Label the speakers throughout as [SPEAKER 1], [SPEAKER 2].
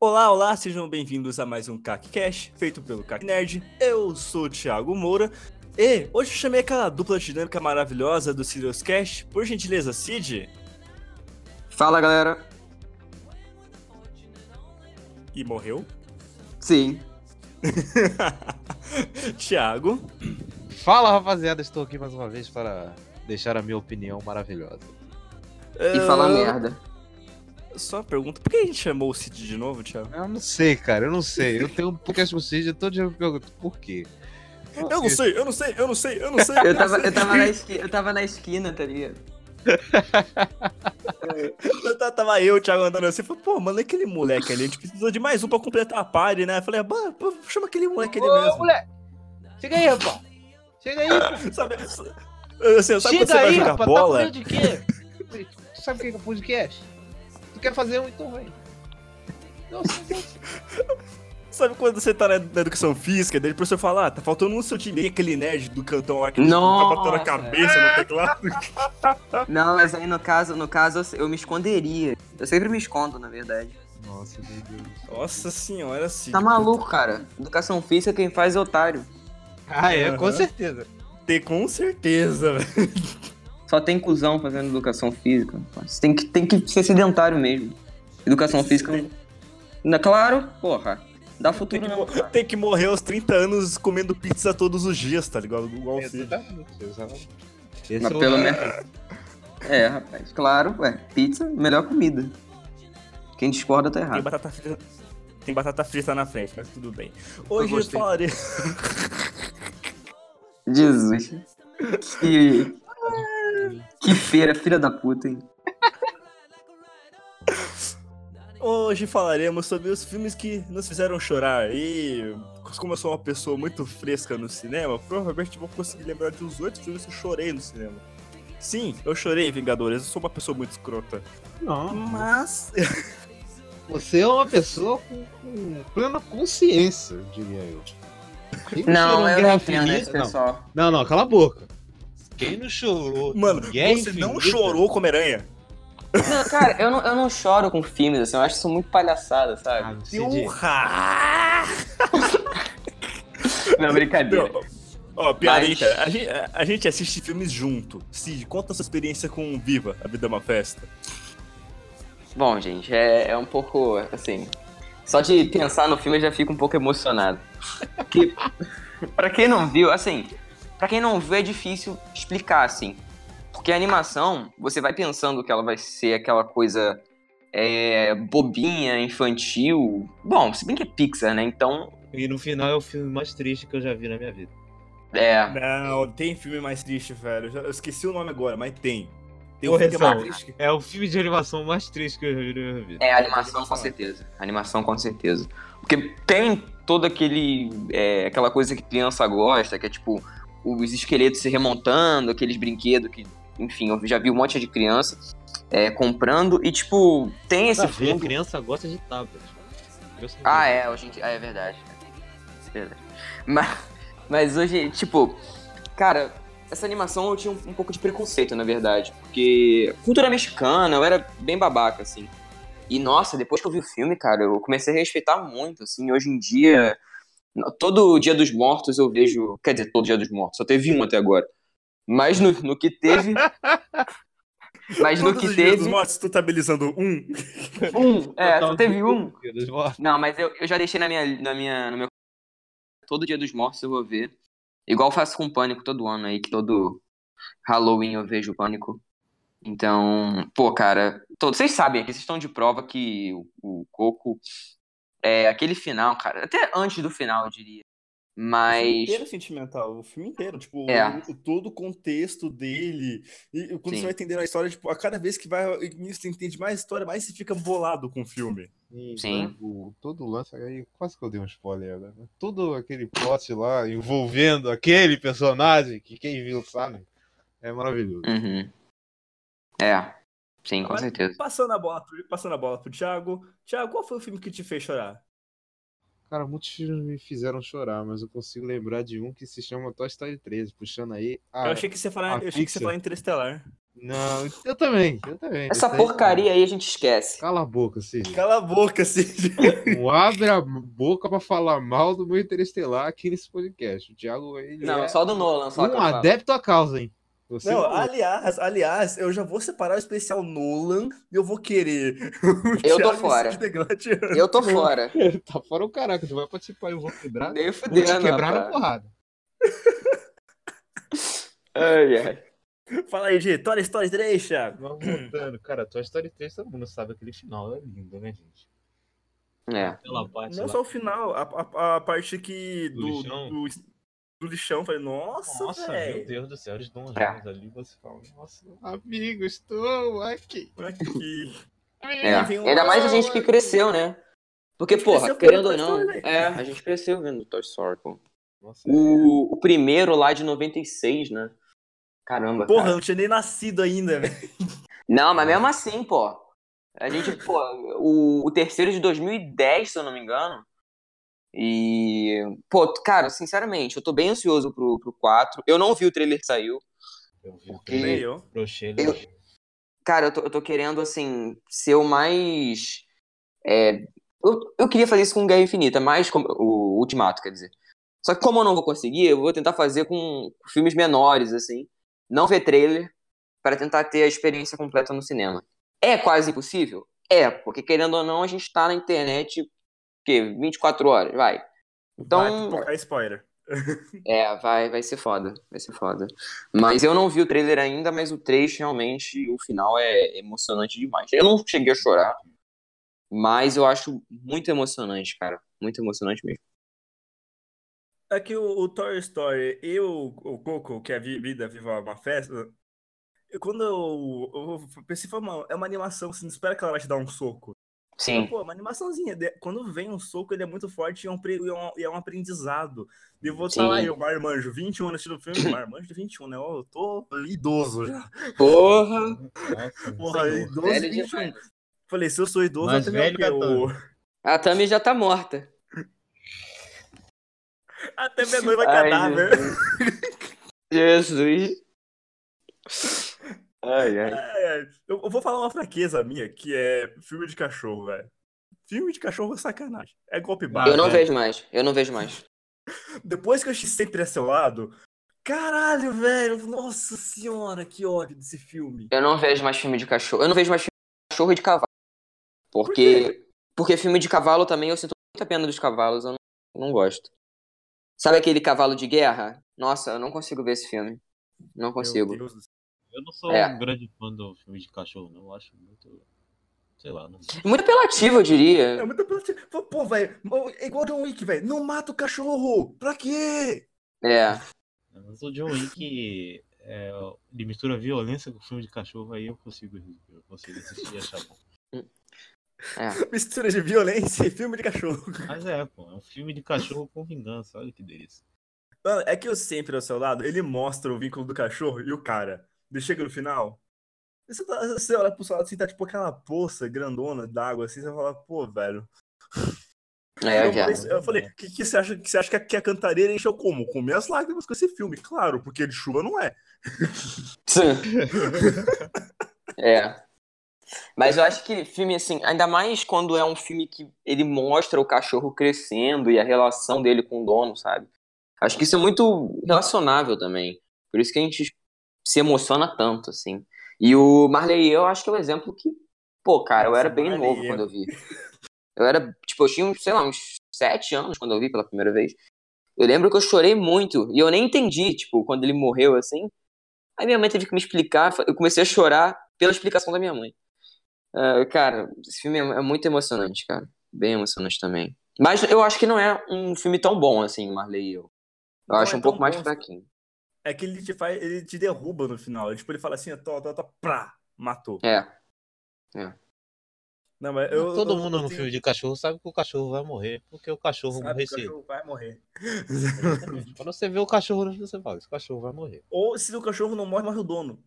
[SPEAKER 1] Olá, olá, sejam bem-vindos a mais um CAC Cash, feito pelo CAC Nerd. Eu sou o Thiago Moura. E hoje eu chamei aquela dupla dinâmica maravilhosa do Sirius Cash. Por gentileza, Cid
[SPEAKER 2] Fala galera,
[SPEAKER 1] e morreu.
[SPEAKER 2] sim,
[SPEAKER 1] Thiago
[SPEAKER 3] Fala rapaziada, estou aqui mais uma vez para deixar a minha opinião maravilhosa.
[SPEAKER 2] e fala merda.
[SPEAKER 1] Só uma pergunta, por que a gente chamou o Cid de novo, Thiago?
[SPEAKER 3] Eu não sei, cara, eu não sei. Eu tenho um podcast com o Cid, eu todo dia eu me pergunto por quê.
[SPEAKER 1] Eu não sei, eu não sei, eu não sei, eu não sei.
[SPEAKER 2] Eu tava, eu tava, na, esqui, eu tava na esquina, tá ligado?
[SPEAKER 1] Eu tava- Tava eu, o Thiago, andando assim, falei, pô, mano, é aquele moleque ali, a gente precisou de mais um pra completar a party, né? Eu falei, "Bah, pô, chama aquele moleque ali mesmo.
[SPEAKER 3] moleque! Chega aí, rapaz! Chega aí, rapaz!
[SPEAKER 1] Sabe, assim, sabe quando você vai jogar
[SPEAKER 2] tá
[SPEAKER 1] bola?
[SPEAKER 3] Tá de quê? Tu sabe o que é podcast? Tu quer fazer um, então vem.
[SPEAKER 1] Sabe quando você tá na, na educação física, daí o professor fala, ah, tá faltando um seu time, e aquele nerd do cantão lá que tá
[SPEAKER 2] Nossa.
[SPEAKER 1] botando a cabeça no teclado.
[SPEAKER 2] Não, mas aí no caso, no caso eu- eu me esconderia. Eu sempre me escondo, na verdade.
[SPEAKER 3] Nossa, meu Deus.
[SPEAKER 1] Nossa senhora, sim.
[SPEAKER 2] Tá maluco, cara? Educação física quem faz é otário.
[SPEAKER 3] Ah, é, com
[SPEAKER 1] Aham.
[SPEAKER 3] certeza.
[SPEAKER 1] Tem com certeza, velho.
[SPEAKER 2] Só tem cuzão fazendo educação física. rapaz. Você tem que, tem que ser sedentário mesmo. Educação física não. não- Claro, porra. Dá
[SPEAKER 1] Tem
[SPEAKER 2] futuro
[SPEAKER 1] que,
[SPEAKER 2] não.
[SPEAKER 1] mo- tem que morrer aos 30 anos comendo pizza todos os dias, tá ligado? Igual o Cid.
[SPEAKER 3] Exatamente, É, exatamente. Esse
[SPEAKER 2] Mas
[SPEAKER 3] é o-
[SPEAKER 2] pelo menos. É, rapaz. Claro, ué. Pizza, melhor comida. Quem discorda tá
[SPEAKER 1] Tem
[SPEAKER 2] errado.
[SPEAKER 1] batata frita. Tem batata frita na frente, mas tudo bem. Hoje eu
[SPEAKER 3] gostei.
[SPEAKER 1] falarei.
[SPEAKER 2] Jesus. Que. Que feira, filha da puta, hein?
[SPEAKER 1] Hoje falaremos sobre os filmes que nos fizeram chorar. E como eu sou uma pessoa muito fresca no cinema, provavelmente vou conseguir lembrar de uns oito filmes que eu chorei no cinema. Sim, eu chorei em Vingadores, eu sou uma pessoa muito escrota.
[SPEAKER 3] Não,
[SPEAKER 1] Mas.
[SPEAKER 3] Você é uma pessoa com, com plena consciência, diria eu. Quem
[SPEAKER 2] Não,
[SPEAKER 3] chorou em
[SPEAKER 2] eu não
[SPEAKER 3] Guerra
[SPEAKER 2] entendo
[SPEAKER 3] Infinita-
[SPEAKER 2] esse pessoal.
[SPEAKER 3] Não. não, não, cala a boca. Quem não chorou?
[SPEAKER 1] Mano,
[SPEAKER 3] em Guerra
[SPEAKER 1] você não
[SPEAKER 3] Infinita-
[SPEAKER 1] chorou como aranha?
[SPEAKER 2] Não, cara, eu não, eu não choro com filmes, assim, eu acho isso muito palhaçada,
[SPEAKER 3] Ah,
[SPEAKER 2] sabe?
[SPEAKER 3] não
[SPEAKER 1] Eu...
[SPEAKER 3] sei de-
[SPEAKER 2] Não, brincadeira.
[SPEAKER 1] Meu, Ó, piada,
[SPEAKER 2] Mas-
[SPEAKER 1] a, gente, a gente assiste filmes junto. Cid, conta a sua experiência com Viva, A Vida é uma Festa.
[SPEAKER 2] Bom, gente, é, é um pouco, assim... Só de pensar no filme eu já fico um pouco emocionado. Que, pra quem não viu, assim... Pra quem não viu é difícil explicar, assim. Porque a animação, você vai pensando que ela vai ser aquela coisa... é, bobinha, infantil... Bom, se bem que é Pixar, né? Então...
[SPEAKER 3] E no final é o filme mais triste que eu já vi na minha vida.
[SPEAKER 2] É,
[SPEAKER 1] Não, tem filme mais triste, velho. Eu já- Eu esqueci o nome agora, mas tem. Tem um filme que é
[SPEAKER 3] Correção.
[SPEAKER 1] mais triste.
[SPEAKER 3] É o filme de animação mais triste que eu já vi na minha vida.
[SPEAKER 2] É, animação com certeza. Animação com certeza. Porque tem todo aquele. é, aquela coisa que criança gosta, que é tipo os esqueletos se remontando, aqueles brinquedos que, enfim, eu já vi um monte de criança é, comprando. E tipo, tem esse
[SPEAKER 3] Pra ver,
[SPEAKER 2] fundo.
[SPEAKER 3] criança gosta de tablet. Criança não
[SPEAKER 2] Ah,
[SPEAKER 3] gosta.
[SPEAKER 2] é, hoje em dia. Ah, é verdade. Verdade. Mas, mas hoje, tipo, cara, essa animação eu tinha um, um pouco de preconceito, na verdade. Porque cultura mexicana, eu era bem babaca, assim. E nossa, depois que eu vi o filme, cara, eu comecei a respeitar muito, assim. Hoje em dia, no- todo Dia dos Mortos eu vejo. Quer dizer, todo Dia dos Mortos, só teve um até agora. Mas no, no que teve. Mas no
[SPEAKER 1] Todos
[SPEAKER 2] que
[SPEAKER 1] os dias dos
[SPEAKER 2] teve.
[SPEAKER 1] mortos, então, tu tá habilizando um.
[SPEAKER 2] Um, é,
[SPEAKER 3] Total
[SPEAKER 2] só teve
[SPEAKER 1] tipo,
[SPEAKER 2] um.
[SPEAKER 3] Meu Deus, morre.
[SPEAKER 2] Não, mas eu, eu já deixei na minha, na minha, no meu. Todo dia dos mortos eu vou ver. Igual eu faço com o Pânico todo ano aí, que todo Halloween eu vejo o Pânico. Então, pô, cara, to- vocês sabem, aqui, vocês estão de prova que o, o Coco é aquele final, cara, até antes do final, eu diria. Mas.
[SPEAKER 1] é sentimental, o filme inteiro, tipo,
[SPEAKER 2] É.
[SPEAKER 1] todo o contexto dele. E quando
[SPEAKER 2] Sim.
[SPEAKER 1] você vai entendendo a história, tipo, a cada vez que vai, você entende mais a história, mais você fica bolado com o filme.
[SPEAKER 2] Sim.
[SPEAKER 3] O, todo o lance aí, quase que eu dei um spoiler, né? Todo aquele plot lá envolvendo aquele personagem que quem viu sabe. É maravilhoso.
[SPEAKER 2] Uhum. É. Sim, com
[SPEAKER 1] Agora-
[SPEAKER 2] certeza.
[SPEAKER 1] Passando a bola, pro- passando a bola pro Thiago. Thiago, qual foi o filme que te fez chorar?
[SPEAKER 3] Cara, muitos filmes me fizeram chorar, mas eu consigo lembrar de um que se chama Toy Story 13, puxando aí a,
[SPEAKER 1] eu achei que você ia
[SPEAKER 3] a
[SPEAKER 1] falar, eu achei que você ia
[SPEAKER 3] Pixar.
[SPEAKER 1] falar Interestelar.
[SPEAKER 3] Não, eu também, eu também.
[SPEAKER 2] Essa
[SPEAKER 3] Esse aí-
[SPEAKER 2] porcaria aí a gente esquece.
[SPEAKER 3] Cala a boca, Cid.
[SPEAKER 1] Cala a boca, Cid.
[SPEAKER 3] Não abre a boca pra falar mal do meu Interestelar aqui nesse podcast. O Thiago ele
[SPEAKER 2] Não,
[SPEAKER 3] é
[SPEAKER 2] só do Nolan, só que eu
[SPEAKER 3] um
[SPEAKER 2] falo.
[SPEAKER 3] adepto à causa, hein? Você
[SPEAKER 1] Não,
[SPEAKER 3] falou.
[SPEAKER 1] aliás, aliás, eu já vou separar o especial Nolan e eu vou querer. o
[SPEAKER 2] Eu tô
[SPEAKER 1] Thiago
[SPEAKER 2] fora.
[SPEAKER 1] Cid deglateando.
[SPEAKER 2] Eu tô fora.
[SPEAKER 3] tá fora o caraca, tu vai participar, eu vou quebrar.
[SPEAKER 2] Nem
[SPEAKER 3] Vou te
[SPEAKER 2] fudendo,
[SPEAKER 3] quebrar na
[SPEAKER 2] rapaz.
[SPEAKER 3] porrada.
[SPEAKER 2] Ai, ai.
[SPEAKER 1] Fala aí, G. Tora Story 3, Thiago.
[SPEAKER 3] Vamos voltando, cara, Toy Story 3 todo mundo sabe aquele final, é lindo, né, gente?
[SPEAKER 2] É.
[SPEAKER 3] Aquela parte
[SPEAKER 1] Não
[SPEAKER 3] lá.
[SPEAKER 1] só o final, a, a- a parte que
[SPEAKER 3] Do
[SPEAKER 1] do,
[SPEAKER 3] lixão?
[SPEAKER 1] do, do lixão. Falei, nossa,
[SPEAKER 3] Nossa, meu
[SPEAKER 1] velho.
[SPEAKER 3] Deus do céu, eles dão uns
[SPEAKER 2] É.
[SPEAKER 3] jogos ali, você fala, nossa, amigo, estou aqui.
[SPEAKER 1] Como é que-
[SPEAKER 2] é.
[SPEAKER 1] Vem um-
[SPEAKER 2] Ainda mais a gente que cresceu, né? Porque,
[SPEAKER 1] gente
[SPEAKER 2] porra,
[SPEAKER 1] cresceu
[SPEAKER 2] querendo ou
[SPEAKER 1] vendo
[SPEAKER 2] não.
[SPEAKER 1] Toy Story,
[SPEAKER 2] É, a gente cresceu vendo Toy Story, pô.
[SPEAKER 3] Nossa,
[SPEAKER 2] O, o primeiro lá de 96, né? Caramba.
[SPEAKER 1] Porra,
[SPEAKER 2] cara.
[SPEAKER 1] eu não tinha nem nascido ainda, velho.
[SPEAKER 2] Não, mas mesmo assim, pô. A gente, pô, o, o terceiro de 2010, se eu não me engano. E, pô, cara, sinceramente, eu tô bem ansioso pro, pro 4. Eu não vi o trailer que saiu.
[SPEAKER 3] eu vi o
[SPEAKER 2] Porque-
[SPEAKER 1] Nem
[SPEAKER 3] trailer,
[SPEAKER 1] eu.
[SPEAKER 3] brochei,
[SPEAKER 2] Eu-
[SPEAKER 3] né?
[SPEAKER 2] Cara, eu tô, eu tô querendo, assim, ser o mais. É, eu, eu queria fazer isso com Guerra Infinita, mas com, o Ultimato, quer dizer. Só que como eu não vou conseguir, eu vou tentar fazer com filmes menores, assim. Não ver trailer, para tentar ter a experiência completa no cinema. É quase impossível? É, porque querendo ou não, a gente tá na internet, o quê? 24 horas, vai. Então,
[SPEAKER 1] Vai, pipocar spoiler.
[SPEAKER 2] é, vai, vai ser foda, vai ser foda. Mas eu não vi o trailer ainda, mas o 3 realmente, o final é emocionante demais. Eu não cheguei a chorar, mas eu acho muito emocionante, cara. Muito emocionante mesmo.
[SPEAKER 1] É que o, o Toy Story e o, o Coco, que é a vi- Vida Viva uma Festa, eu- quando eu, eu pensei, foi uma, é uma animação, você não espera que ela vai te dar um soco.
[SPEAKER 2] Sim.
[SPEAKER 1] Pô, é uma animaçãozinha. de- Quando vem um soco, ele é muito forte e é um, pre- e é um, e é um aprendizado. E eu vou estar
[SPEAKER 2] Sim.
[SPEAKER 1] lá, eu, Marmanjo, 21 anos assistindo o filme, Marmanjo de 21, né? Eu tô idoso já.
[SPEAKER 2] Porra!
[SPEAKER 3] Nossa,
[SPEAKER 1] Porra,
[SPEAKER 3] senhor.
[SPEAKER 1] idoso de
[SPEAKER 2] Velho
[SPEAKER 1] 21.
[SPEAKER 2] demais.
[SPEAKER 1] Falei, se eu sou idoso,
[SPEAKER 3] Mais
[SPEAKER 1] eu também
[SPEAKER 3] velho que a
[SPEAKER 1] o quê?
[SPEAKER 2] A Tami já tá morta.
[SPEAKER 1] O- Até minha noiva é
[SPEAKER 2] Ai,
[SPEAKER 1] cadáver.
[SPEAKER 2] Jesus. Ai, ai.
[SPEAKER 1] Ai, ai. Eu, eu vou falar uma fraqueza minha, que é filme de cachorro, velho. Filme de cachorro é sacanagem. É golpe baixo.
[SPEAKER 2] Eu não
[SPEAKER 3] Ah,
[SPEAKER 2] vejo mais, eu não vejo mais.
[SPEAKER 1] Depois que eu assisti sempre a seu lado, caralho, velho. Nossa senhora, que ódio desse filme.
[SPEAKER 2] Eu não vejo mais filme de cachorro. Eu não vejo mais filme de cachorro e de cavalo.
[SPEAKER 1] Por
[SPEAKER 2] Porque. Porque filme de cavalo também eu sinto muita pena dos cavalos, eu não, não gosto. Sabe aquele cavalo de guerra? Nossa, eu não consigo ver esse filme. Não consigo.
[SPEAKER 1] Meu Deus do céu.
[SPEAKER 3] Eu não sou
[SPEAKER 2] É.
[SPEAKER 3] um grande fã do filme de cachorro, não. Eu acho muito. Sei lá, não.
[SPEAKER 2] Muito apelativo, eu
[SPEAKER 1] É
[SPEAKER 2] diria.
[SPEAKER 1] muito apelativo. Fala, Pô, velho, é igual John Wick, velho. Não mata o cachorro. Pra quê?
[SPEAKER 2] É.
[SPEAKER 3] Mas o John Wick um é, ele mistura violência com filme de cachorro, aí eu consigo, eu consigo assistir e achar bom.
[SPEAKER 1] Mistura de violência e filme de cachorro.
[SPEAKER 3] Mas é, pô, é um filme de cachorro com vingança, olha que delícia.
[SPEAKER 1] Mano, é que o sempre ao seu lado, ele mostra o vínculo do cachorro e o cara. Ele chega no final. e Você, tá- você olha pro seu lado assim, tá tipo aquela poça grandona d'água assim, você fala, pô, velho.
[SPEAKER 2] É,
[SPEAKER 1] eu,
[SPEAKER 2] já.
[SPEAKER 1] pensei- eu falei, o que, que você acha que você acha que a, que a cantareira encheu como? Comer as lágrimas com esse filme, claro, porque de chuva não é.
[SPEAKER 2] É. Mas eu acho que filme assim, ainda mais quando é um filme que ele mostra o cachorro crescendo e a relação dele com o dono, sabe? Acho que isso é muito relacionável também. Por isso que a gente se emociona tanto, assim. E o Marley e eu acho que é um exemplo que, pô, cara, eu
[SPEAKER 1] Nossa,
[SPEAKER 2] era bem
[SPEAKER 1] Marley e
[SPEAKER 2] novo
[SPEAKER 1] eu.
[SPEAKER 2] quando eu vi. Eu era, tipo, eu tinha, uns, sei lá, uns sete anos quando eu vi pela primeira vez. Eu lembro que eu chorei muito e eu nem entendi, tipo, quando ele morreu assim. Aí minha mãe teve que me explicar, eu comecei a chorar pela explicação da minha mãe. Ah, cara, esse filme é é muito emocionante, cara. Bem emocionante também. Mas eu acho que não é um filme tão bom assim, Marley e eu. Eu
[SPEAKER 1] Não
[SPEAKER 2] acho
[SPEAKER 1] é
[SPEAKER 2] um pouco
[SPEAKER 1] tão
[SPEAKER 2] mais
[SPEAKER 1] bom.
[SPEAKER 2] fraquinho.
[SPEAKER 1] É que ele te faz, ele te derruba no final. Ele, tipo, ele fala assim, tó, tó, tó, prá, matou.
[SPEAKER 2] É.
[SPEAKER 1] Não, mas eu,
[SPEAKER 3] Todo
[SPEAKER 1] eu-
[SPEAKER 3] mundo
[SPEAKER 1] eu
[SPEAKER 3] no
[SPEAKER 1] tenho-
[SPEAKER 3] filme de cachorro sabe que o cachorro vai morrer, porque o cachorro
[SPEAKER 1] sabe
[SPEAKER 3] morre
[SPEAKER 1] que o
[SPEAKER 3] cedo.
[SPEAKER 1] cachorro vai morrer.
[SPEAKER 3] Quando você vê o cachorro, você fala, esse cachorro vai morrer.
[SPEAKER 1] Ou se o cachorro não morre, morre o dono.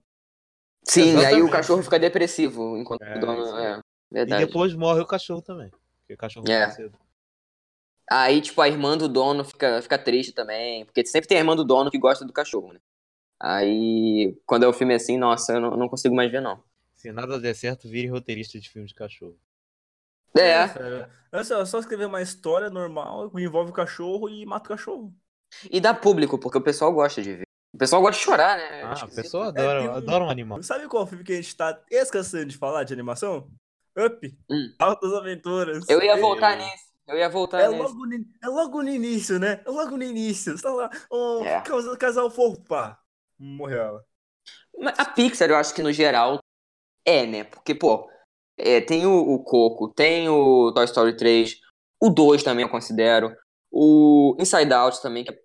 [SPEAKER 2] Sim, aí o
[SPEAKER 3] Exatamente.
[SPEAKER 2] cachorro fica depressivo enquanto
[SPEAKER 3] É,
[SPEAKER 2] o dono.
[SPEAKER 3] isso aí.
[SPEAKER 2] É, verdade.
[SPEAKER 3] E depois morre o cachorro também. Porque o cachorro
[SPEAKER 2] É.
[SPEAKER 3] morre cedo.
[SPEAKER 2] Aí, tipo, a irmã do dono fica, fica triste também. Porque sempre tem a irmã do dono que gosta do cachorro, né? Aí, quando é o filme assim, nossa, eu não, não consigo mais ver, não.
[SPEAKER 3] Se nada der certo, vire roteirista de filme de cachorro.
[SPEAKER 2] É,
[SPEAKER 1] Cara, É só, só escrever uma história normal que envolve o cachorro e mata o cachorro.
[SPEAKER 2] e dá público, porque o pessoal gosta de ver. O pessoal gosta de chorar, né? É
[SPEAKER 3] Ah, a
[SPEAKER 2] esquisito.
[SPEAKER 3] pessoa adora,
[SPEAKER 1] tem um-
[SPEAKER 3] adora um animal.
[SPEAKER 1] Sabe qual filme que a gente tá escansando de falar de animação? Up!
[SPEAKER 2] Hum.
[SPEAKER 1] Altas Aventuras.
[SPEAKER 2] Eu ia
[SPEAKER 3] É.
[SPEAKER 2] voltar né? nisso. Eu ia voltar
[SPEAKER 1] É
[SPEAKER 2] nisso.
[SPEAKER 1] logo, no, é logo no início, né? É logo no início. Você tá lá, o
[SPEAKER 2] É.
[SPEAKER 1] casal, casal fofo, pá. Morreu ela.
[SPEAKER 2] Mas A Pixar, eu acho que no geral é, né? Porque, pô, é, tem o, o Coco, tem o Toy Story 3, o 2 também eu considero, o Inside Out também, que é.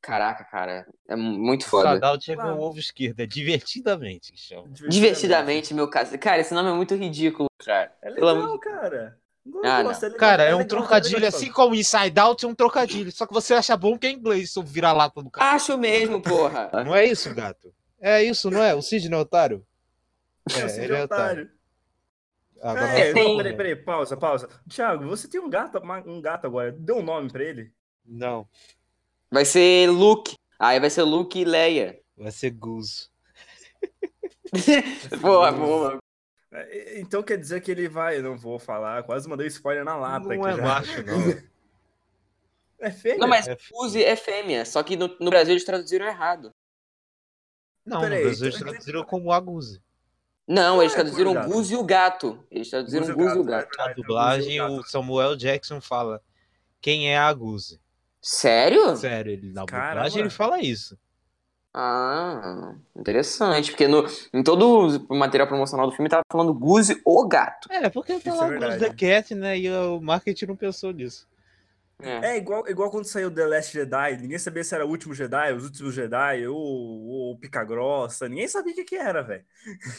[SPEAKER 2] Caraca, cara, é mu- muito foda.
[SPEAKER 3] Sadal tinha com
[SPEAKER 1] Claro.
[SPEAKER 3] o ovo esquerdo, é divertidamente que chama.
[SPEAKER 2] Divertidamente, meu caso. Cara, esse nome é muito ridículo, cara.
[SPEAKER 1] É
[SPEAKER 2] Pelo
[SPEAKER 1] legal,
[SPEAKER 2] amor
[SPEAKER 1] cara.
[SPEAKER 2] Ah,
[SPEAKER 1] Nossa, legal,
[SPEAKER 3] Cara, é um
[SPEAKER 1] legal,
[SPEAKER 3] trocadilho
[SPEAKER 1] legal.
[SPEAKER 3] assim como Inside Out é um trocadilho. Só que você acha bom que é inglês, isso vira lata do cara.
[SPEAKER 2] Acho mesmo, porra.
[SPEAKER 3] Não é isso, gato? É isso, não é? O Sidney é otário?
[SPEAKER 1] É,
[SPEAKER 3] É,
[SPEAKER 1] você
[SPEAKER 3] ele
[SPEAKER 1] é
[SPEAKER 3] é otário.
[SPEAKER 1] otário.
[SPEAKER 3] Ah, Agora
[SPEAKER 1] É,
[SPEAKER 3] nós-
[SPEAKER 1] não, peraí, peraí, pausa, pausa. Thiago, você tem um gato, uma- um gato agora. Deu um nome pra ele?
[SPEAKER 3] Não,
[SPEAKER 2] Vai ser Luke. Aí vai ser Luke e Leia.
[SPEAKER 3] vai ser Goose.
[SPEAKER 2] Boa, boa.
[SPEAKER 1] É, Então quer dizer que ele vai. Não vou falar, quase mandei spoiler na lata.
[SPEAKER 3] não
[SPEAKER 1] aqui
[SPEAKER 3] é
[SPEAKER 1] já.
[SPEAKER 3] macho, não.
[SPEAKER 1] É feio?
[SPEAKER 2] Não, mas
[SPEAKER 3] É-
[SPEAKER 2] Uzi é fêmea, só que no, no Brasil eles traduziram errado.
[SPEAKER 3] Não,
[SPEAKER 1] Peraí,
[SPEAKER 3] no Brasil eles
[SPEAKER 1] então-
[SPEAKER 3] traduziram como a Goose.
[SPEAKER 2] Não, eles
[SPEAKER 1] é,
[SPEAKER 2] traduziram
[SPEAKER 1] Guzi e o Gato.
[SPEAKER 2] Gus e o Gato. Eles traduziram Gus e o Gato.
[SPEAKER 1] é
[SPEAKER 3] Na
[SPEAKER 1] verdade,
[SPEAKER 3] dublagem,
[SPEAKER 1] Guzi e o
[SPEAKER 3] o
[SPEAKER 1] gato.
[SPEAKER 3] Samuel Jackson fala quem é a Goose.
[SPEAKER 2] Sério?
[SPEAKER 3] Sério, ele, na
[SPEAKER 1] Caramba.
[SPEAKER 3] dublagem ele fala isso.
[SPEAKER 2] Ah, interessante. Porque no, em todo o material promocional do filme tava falando Gus e o Gato.
[SPEAKER 3] É, porque tá
[SPEAKER 1] Isso
[SPEAKER 3] lá
[SPEAKER 1] é
[SPEAKER 3] o Goose
[SPEAKER 1] verdade.
[SPEAKER 3] the Cat, né? E o marketing não pensou nisso.
[SPEAKER 2] É.
[SPEAKER 1] É igual, igual quando saiu The Last Jedi, ninguém sabia se era o último Jedi, os últimos Jedi, ou, ou o Pica Grossa, ninguém sabia o que, que era, velho.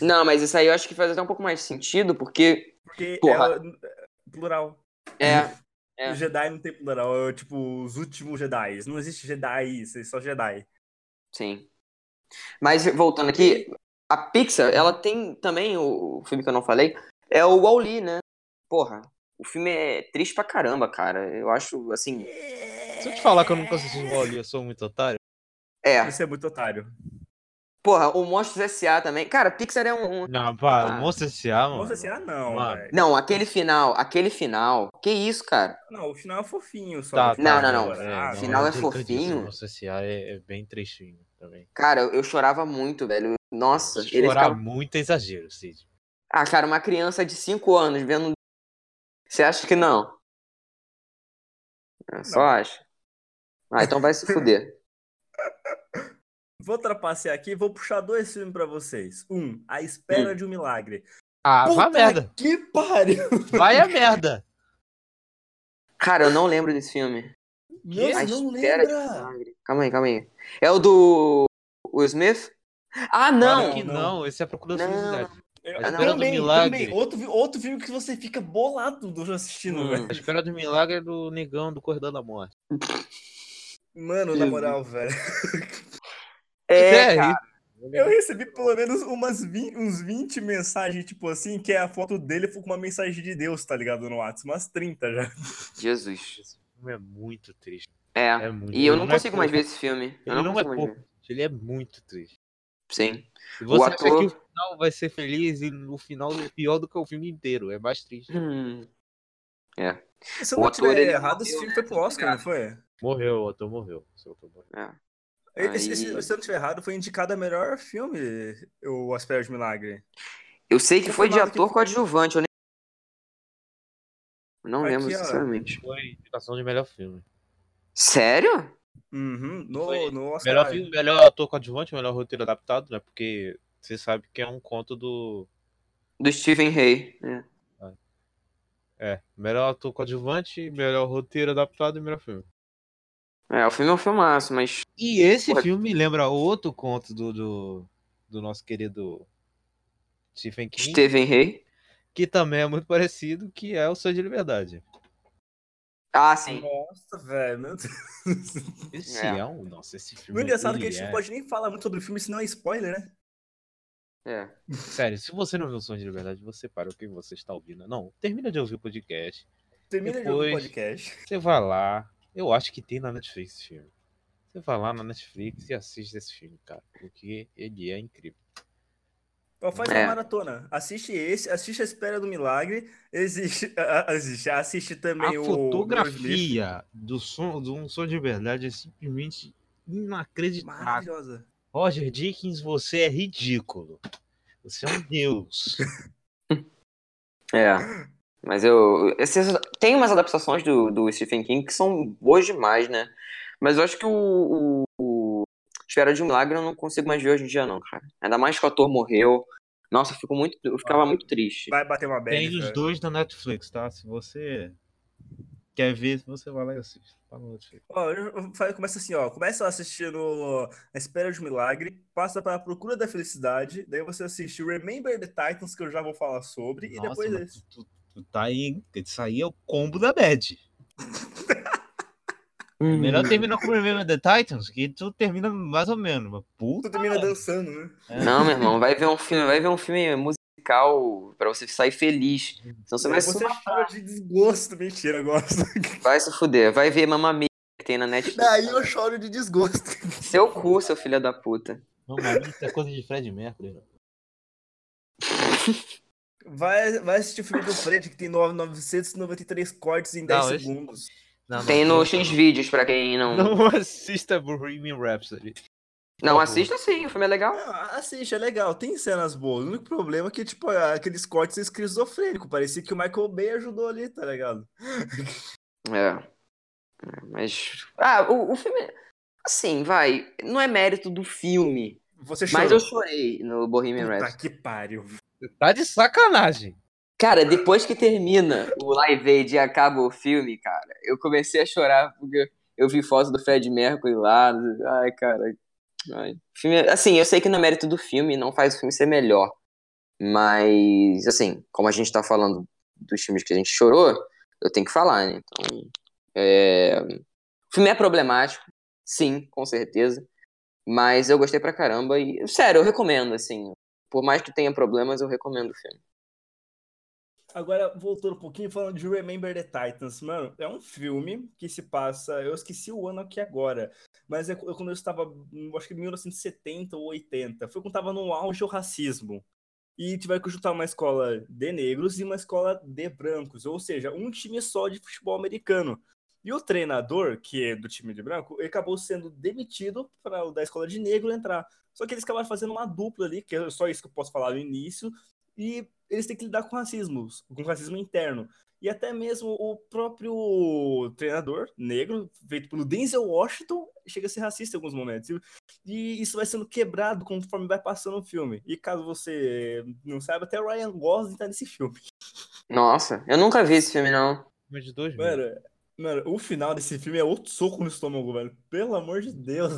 [SPEAKER 2] Não, mas isso aí eu acho que faz até um pouco mais sentido, porque.
[SPEAKER 1] Porque
[SPEAKER 2] Porra.
[SPEAKER 1] ela- é plural.
[SPEAKER 2] É. É.
[SPEAKER 1] O Jedi não tem plural, é tipo os últimos Jedi. Não existe Jedi, isso é só Jedi.
[SPEAKER 2] Sim. Mas voltando aqui, a Pixar, ela tem também o, o filme que eu não falei, é o Wall-E, né? Porra, o filme é triste pra caramba, cara. Eu acho, assim.
[SPEAKER 3] Se eu te falar que eu nunca assisti o Wall-E, eu sou muito otário.
[SPEAKER 2] É.
[SPEAKER 1] Isso é muito otário.
[SPEAKER 2] Porra, o Monstros S.A. também. Cara, Pixar é um- um
[SPEAKER 3] Não, pá,
[SPEAKER 2] Ah.
[SPEAKER 3] Monstro S.A., mano. Tá,
[SPEAKER 1] Nossa, assim, ah, não,
[SPEAKER 3] Mano.
[SPEAKER 1] velho.
[SPEAKER 2] Não, aquele final, aquele final. Que isso, cara?
[SPEAKER 1] Não, o final é fofinho só.
[SPEAKER 3] Tá,
[SPEAKER 1] no
[SPEAKER 3] tá,
[SPEAKER 2] Não,
[SPEAKER 1] final
[SPEAKER 2] não, não.
[SPEAKER 1] agora. Ah,
[SPEAKER 2] O final é
[SPEAKER 3] nunca disse,
[SPEAKER 2] fofinho.
[SPEAKER 3] Monstro S.A. é, é bem tristinho também.
[SPEAKER 2] Cara, eu, eu chorava muito, velho. Nossa, ele
[SPEAKER 3] Chorar
[SPEAKER 2] ficava...
[SPEAKER 3] muito é exagero, Cid.
[SPEAKER 2] Ah, cara, uma criança de 5 anos vendo. Você acha que não? Eu só
[SPEAKER 1] Não.
[SPEAKER 2] acho. Ah, então vai se fuder.
[SPEAKER 1] Vou trapacear aqui, vou puxar dois filmes pra vocês. Um, A Espera
[SPEAKER 2] Hum.
[SPEAKER 1] de um Milagre.
[SPEAKER 3] Ah, vai a
[SPEAKER 1] Puta
[SPEAKER 3] merda.
[SPEAKER 1] Que pariu!
[SPEAKER 3] Vai a merda.
[SPEAKER 2] Cara, eu não lembro desse filme.
[SPEAKER 1] Nossa,
[SPEAKER 2] A
[SPEAKER 1] não
[SPEAKER 2] Espera de
[SPEAKER 1] lembra!
[SPEAKER 2] Milagre. Calma aí, calma aí. É o do Will Smith? Ah,
[SPEAKER 3] Claro
[SPEAKER 2] não!
[SPEAKER 3] que
[SPEAKER 1] não.
[SPEAKER 3] não. esse é a Procura da
[SPEAKER 2] Não.
[SPEAKER 3] Felicidade.
[SPEAKER 1] Eu-
[SPEAKER 3] A
[SPEAKER 1] eu
[SPEAKER 3] Espera do
[SPEAKER 1] também,
[SPEAKER 3] Milagre.
[SPEAKER 1] também. Outro, fi- outro filme que você fica bolado do assistindo,
[SPEAKER 2] Hum.
[SPEAKER 3] A
[SPEAKER 1] velho.
[SPEAKER 3] Espera do Milagre é do Negão do Cordão da Morte.
[SPEAKER 1] Mano, na moral, velho.
[SPEAKER 2] É,
[SPEAKER 3] Até
[SPEAKER 2] cara.
[SPEAKER 3] aí.
[SPEAKER 1] Eu recebi pelo menos umas 20, uns 20 mensagens, tipo assim, que é a foto dele foi com uma mensagem de Deus, tá ligado? No WhatsApp. Umas 30 já.
[SPEAKER 2] Jesus.
[SPEAKER 3] Esse filme é muito triste.
[SPEAKER 2] É.
[SPEAKER 3] É muito.
[SPEAKER 2] E eu
[SPEAKER 3] ele
[SPEAKER 2] não
[SPEAKER 3] é
[SPEAKER 2] consigo mais ver
[SPEAKER 3] fofo.
[SPEAKER 2] esse filme. Eu
[SPEAKER 3] Ele não
[SPEAKER 2] consigo
[SPEAKER 3] é
[SPEAKER 2] mais ver.
[SPEAKER 3] pouco. Ele é muito triste.
[SPEAKER 2] Sim.
[SPEAKER 3] E você
[SPEAKER 2] ator-
[SPEAKER 3] acha que o final vai ser feliz e no final é pior do que o filme inteiro. É mais triste.
[SPEAKER 2] Hum.
[SPEAKER 1] Se eu
[SPEAKER 2] O
[SPEAKER 1] não
[SPEAKER 2] ator,
[SPEAKER 1] tiver
[SPEAKER 2] ele
[SPEAKER 1] errado, esse
[SPEAKER 2] morreu,
[SPEAKER 1] filme
[SPEAKER 2] né?
[SPEAKER 1] foi pro Oscar, não foi?
[SPEAKER 3] Morreu, o ator morreu. Seu ator morreu.
[SPEAKER 1] É, Esse- esse-
[SPEAKER 2] Aí-
[SPEAKER 1] se eu não tiver errado, foi indicado a melhor filme, o Aspera de Milagre.
[SPEAKER 2] Eu sei que
[SPEAKER 1] Tinha
[SPEAKER 2] foi de
[SPEAKER 1] falado que
[SPEAKER 2] ator coadjuvante, eu nem. Eu Não
[SPEAKER 1] Aqui,
[SPEAKER 2] lembro,
[SPEAKER 1] ó.
[SPEAKER 2] sinceramente.
[SPEAKER 3] Foi indicação de melhor filme.
[SPEAKER 2] Sério?
[SPEAKER 1] Uhum,
[SPEAKER 3] Foi
[SPEAKER 1] no, no Oscar.
[SPEAKER 3] Melhor filme, melhor ator coadjuvante, melhor roteiro adaptado, né? Porque você sabe que é um conto do.
[SPEAKER 2] Do Stephen Hay. É.
[SPEAKER 3] É, melhor ator coadjuvante, melhor roteiro adaptado e melhor filme.
[SPEAKER 2] É, o filme é um filmaço, mas.
[SPEAKER 3] E esse
[SPEAKER 2] Ué.
[SPEAKER 3] filme lembra outro conto do, do, do nosso querido Stephen King,
[SPEAKER 2] Stephen Hay?
[SPEAKER 3] que também é muito parecido, que é o Sonho de Liberdade.
[SPEAKER 2] Ah, sim.
[SPEAKER 1] Nossa, velho. meu Deus.
[SPEAKER 3] Esse
[SPEAKER 2] É.
[SPEAKER 3] é, um. Nossa, esse filme.
[SPEAKER 1] O engraçado é que a
[SPEAKER 3] ele
[SPEAKER 1] gente
[SPEAKER 3] é-
[SPEAKER 1] não pode nem falar muito sobre o filme, senão é spoiler, né?
[SPEAKER 2] É.
[SPEAKER 3] Sério, se você não viu o Sonho de Liberdade, você para o que você está ouvindo. Não, termina de ouvir o podcast.
[SPEAKER 1] Termina de ouvir
[SPEAKER 3] Depois-
[SPEAKER 1] o podcast.
[SPEAKER 3] Você vai lá. Eu acho que tem na Netflix esse filme. Você Você vai lá na Netflix e assiste esse filme, cara. Porque ele é incrível.
[SPEAKER 1] Ó, Faz
[SPEAKER 2] É.
[SPEAKER 1] uma maratona. Assiste esse, assiste A Espera do Milagre. Existe, a- a- existe- assiste
[SPEAKER 3] A
[SPEAKER 1] também o. Will Smith.
[SPEAKER 3] fotografia do som, de um som de verdade é simplesmente inacreditável.
[SPEAKER 1] Maravilhosa.
[SPEAKER 3] Roger Dickens, você é ridículo. Você é um deus.
[SPEAKER 2] É. Mas eu. esses- tem umas adaptações do, do Stephen King que são boas demais, né? Mas eu acho que o, o, o Espera de um Milagre eu não consigo mais ver hoje em dia, não, cara. Ainda mais que o ator morreu. Nossa, eu, fico muito, eu ficava muito triste.
[SPEAKER 1] Vai bater uma bad.
[SPEAKER 3] Tem os
[SPEAKER 1] cara.
[SPEAKER 3] dois na Netflix, tá? Se você quer ver, você vai lá e assiste. Tá no Netflix.
[SPEAKER 1] Ó, eu- eu falo- começa assim, ó. Começa assistindo A Espera de um Milagre, passa pra Procura da Felicidade, daí você assiste Remember the Titans, que eu já vou falar sobre, e depois
[SPEAKER 3] mas
[SPEAKER 1] esse.
[SPEAKER 3] tu, tu- tu tá aí. Isso aí é o combo da Bad.
[SPEAKER 1] Hum.
[SPEAKER 3] Melhor terminar com o Remember the Titans, que tu termina mais ou menos. mas Puta.
[SPEAKER 1] Tu termina dançando, né?
[SPEAKER 2] Não, meu irmão, vai ver um filme, vai ver um filme musical pra você sair feliz. Senão você
[SPEAKER 1] Daí
[SPEAKER 2] vai, se-
[SPEAKER 1] você chora de desgosto, mentira, eu gosto.
[SPEAKER 2] vai se fuder. Vai ver Mamamia que tem na Netflix.
[SPEAKER 1] Daí eu choro de desgosto.
[SPEAKER 2] Seu cu, seu filho da puta.
[SPEAKER 3] Não, mas isso é coisa de Fred Mercury. né?
[SPEAKER 1] Vai, vai assistir o filme do Fred, que tem nove- 993 cortes em 10
[SPEAKER 3] Não, esse-
[SPEAKER 1] segundos.
[SPEAKER 3] Não, não,
[SPEAKER 2] Tem no
[SPEAKER 3] não.
[SPEAKER 2] X vídeos pra quem não. Não,
[SPEAKER 3] Não assista Bohemian Rhapsody.
[SPEAKER 2] assista sim, o filme é legal.
[SPEAKER 1] Ah, assiste, é legal, tem cenas boas. O único problema é que, tipo, aqueles cortes são esquizofrênicos. Parecia que o Michael Bay ajudou ali, tá ligado?
[SPEAKER 2] É. É, Mas. Ah, o, o filme. Assim, vai. Não é mérito do filme.
[SPEAKER 1] Você
[SPEAKER 2] Mas
[SPEAKER 1] chorou.
[SPEAKER 2] eu chorei no Bohemian
[SPEAKER 1] Puta
[SPEAKER 2] Rhapsody.
[SPEAKER 1] que pariu.
[SPEAKER 3] Tá de sacanagem.
[SPEAKER 2] Cara, depois que termina o Live Aid e acaba o filme, cara, eu comecei a chorar porque eu vi foto do Fred Mercury lá. Ai, cara. Ai. O Filme, assim, eu sei que não é mérito do filme, não faz o filme ser melhor. Mas, assim, como a gente tá falando dos filmes que a gente chorou, eu tenho que falar, né? Então, é, O filme é problemático, sim, com certeza. Mas eu gostei pra caramba e, sério, eu recomendo, assim. Por mais que tenha problemas, eu recomendo o filme.
[SPEAKER 1] Agora, voltando um pouquinho, falando de Remember the Titans, mano, é um filme que se passa, eu esqueci o ano aqui agora, mas é cu- quando eu estava, hum, acho que em 1970 ou 80, foi quando estava no auge o racismo. E tiveram que juntar uma escola de negros e uma escola de brancos, ou seja, um time só de futebol americano. E o treinador, que é do time de branco, ele acabou sendo demitido para o da escola de negro entrar. Só que eles acabaram fazendo uma dupla ali, que é só isso que eu posso falar no início, e eles têm que lidar com racismo, com racismo interno. E até mesmo o próprio treinador negro, feito pelo Denzel Washington, chega a ser racista em alguns momentos. E- E isso vai sendo quebrado conforme vai passando o filme. E caso você não saiba, até o Ryan Gosling tá nesse filme.
[SPEAKER 2] Nossa, eu nunca vi esse filme, não.
[SPEAKER 3] Mas de dois mil.
[SPEAKER 1] Mano, mano, o final desse filme é outro soco no estômago, velho. Pelo amor de Deus.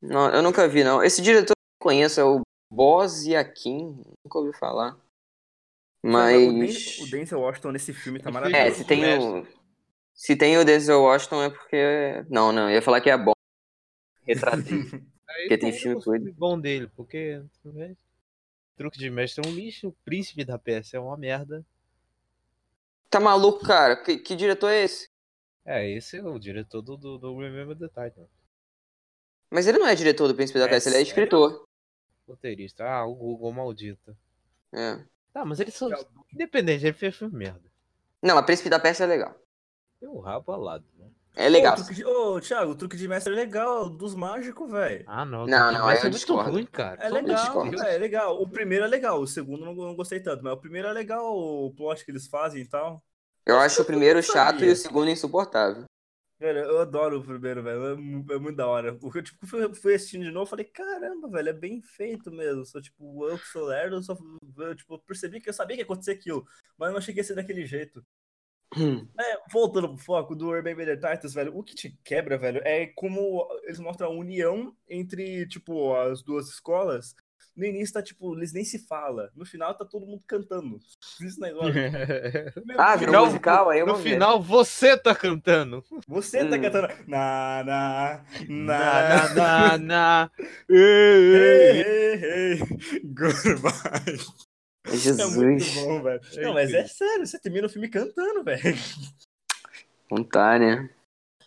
[SPEAKER 2] não eu nunca vi, não. Esse diretor que eu conheço é o Boziakin, nunca ouvi falar.
[SPEAKER 1] O Den-
[SPEAKER 2] Mas.
[SPEAKER 1] O Denzel Washington nesse filme tá
[SPEAKER 3] É,
[SPEAKER 2] É,
[SPEAKER 1] maravilhoso.
[SPEAKER 2] se tem o. Se tem o Denzel Washington é porque. Não, não, eu ia falar que é bom. Retratei. Porque tem
[SPEAKER 3] Aí,
[SPEAKER 2] filme
[SPEAKER 3] o
[SPEAKER 2] com ele.
[SPEAKER 3] bom dele, porque né, Truque de Mestre é um lixo, Príncipe da Peça é uma merda.
[SPEAKER 2] tá maluco, cara? Que, que diretor é esse?
[SPEAKER 3] É, esse é o diretor do, do, do Remember the Titan.
[SPEAKER 2] Mas ele não é diretor do Príncipe da
[SPEAKER 1] É
[SPEAKER 2] Peça, ele é
[SPEAKER 1] sério?
[SPEAKER 2] escritor.
[SPEAKER 3] Roteirista. Ah, o Google maldito.
[SPEAKER 2] É.
[SPEAKER 3] Tá, mas ele só. Independente, ele fez filme merda.
[SPEAKER 2] Não, a Príncipe da Peça é legal.
[SPEAKER 3] Tem um rabo alado, né?
[SPEAKER 2] É legal.
[SPEAKER 1] Ô, truque de- ô, Thiago, o truque de mestre é legal, dos mágicos, velho.
[SPEAKER 3] Ah, não.
[SPEAKER 2] Não,
[SPEAKER 3] Truque de
[SPEAKER 2] não,
[SPEAKER 3] Mestre
[SPEAKER 2] eu
[SPEAKER 3] é muito
[SPEAKER 2] discordo.
[SPEAKER 3] ruim, cara.
[SPEAKER 1] É
[SPEAKER 3] Pelo amor de
[SPEAKER 1] legal,
[SPEAKER 2] discordo.
[SPEAKER 3] Deus.
[SPEAKER 1] é legal. O primeiro é legal, o segundo eu não, não gostei tanto, mas o primeiro é legal o plot que eles fazem e tal.
[SPEAKER 2] Eu acho o primeiro
[SPEAKER 1] Eu
[SPEAKER 2] chato
[SPEAKER 1] sabia.
[SPEAKER 2] e o segundo insuportável.
[SPEAKER 1] Velho, eu adoro o primeiro, velho. É, mu- é muito da hora. Porque eu tipo, fui, fui assistindo de novo e falei, caramba, velho, é bem feito mesmo. Só tipo, eu que sou lerdo, eu só eu, tipo, percebi que eu sabia que ia acontecer aquilo, mas não achei que ia ser daquele jeito. É, voltando pro foco do Urban Vader Titans, velho, o que te quebra, velho, é como eles mostram a união entre, tipo, as duas escolas. No início tá, tipo, eles nem se falam. No final tá todo mundo cantando. Isso na hora.
[SPEAKER 3] É.
[SPEAKER 1] Meu
[SPEAKER 2] Ah,
[SPEAKER 1] Deus,
[SPEAKER 2] virou
[SPEAKER 3] Final-
[SPEAKER 2] musical, aí eu
[SPEAKER 3] no
[SPEAKER 2] vou ver.
[SPEAKER 3] final, você tá cantando.
[SPEAKER 1] Você tá
[SPEAKER 2] Hum.
[SPEAKER 1] cantando. Na, na, na.
[SPEAKER 3] Na, na, na, na.
[SPEAKER 1] Ei, ei, ei. Goodbye.
[SPEAKER 2] Jesus.
[SPEAKER 1] É muito bom, velho. Não, mas é
[SPEAKER 3] incrível.
[SPEAKER 1] sério, você termina o filme cantando, velho.
[SPEAKER 2] Não tá, né?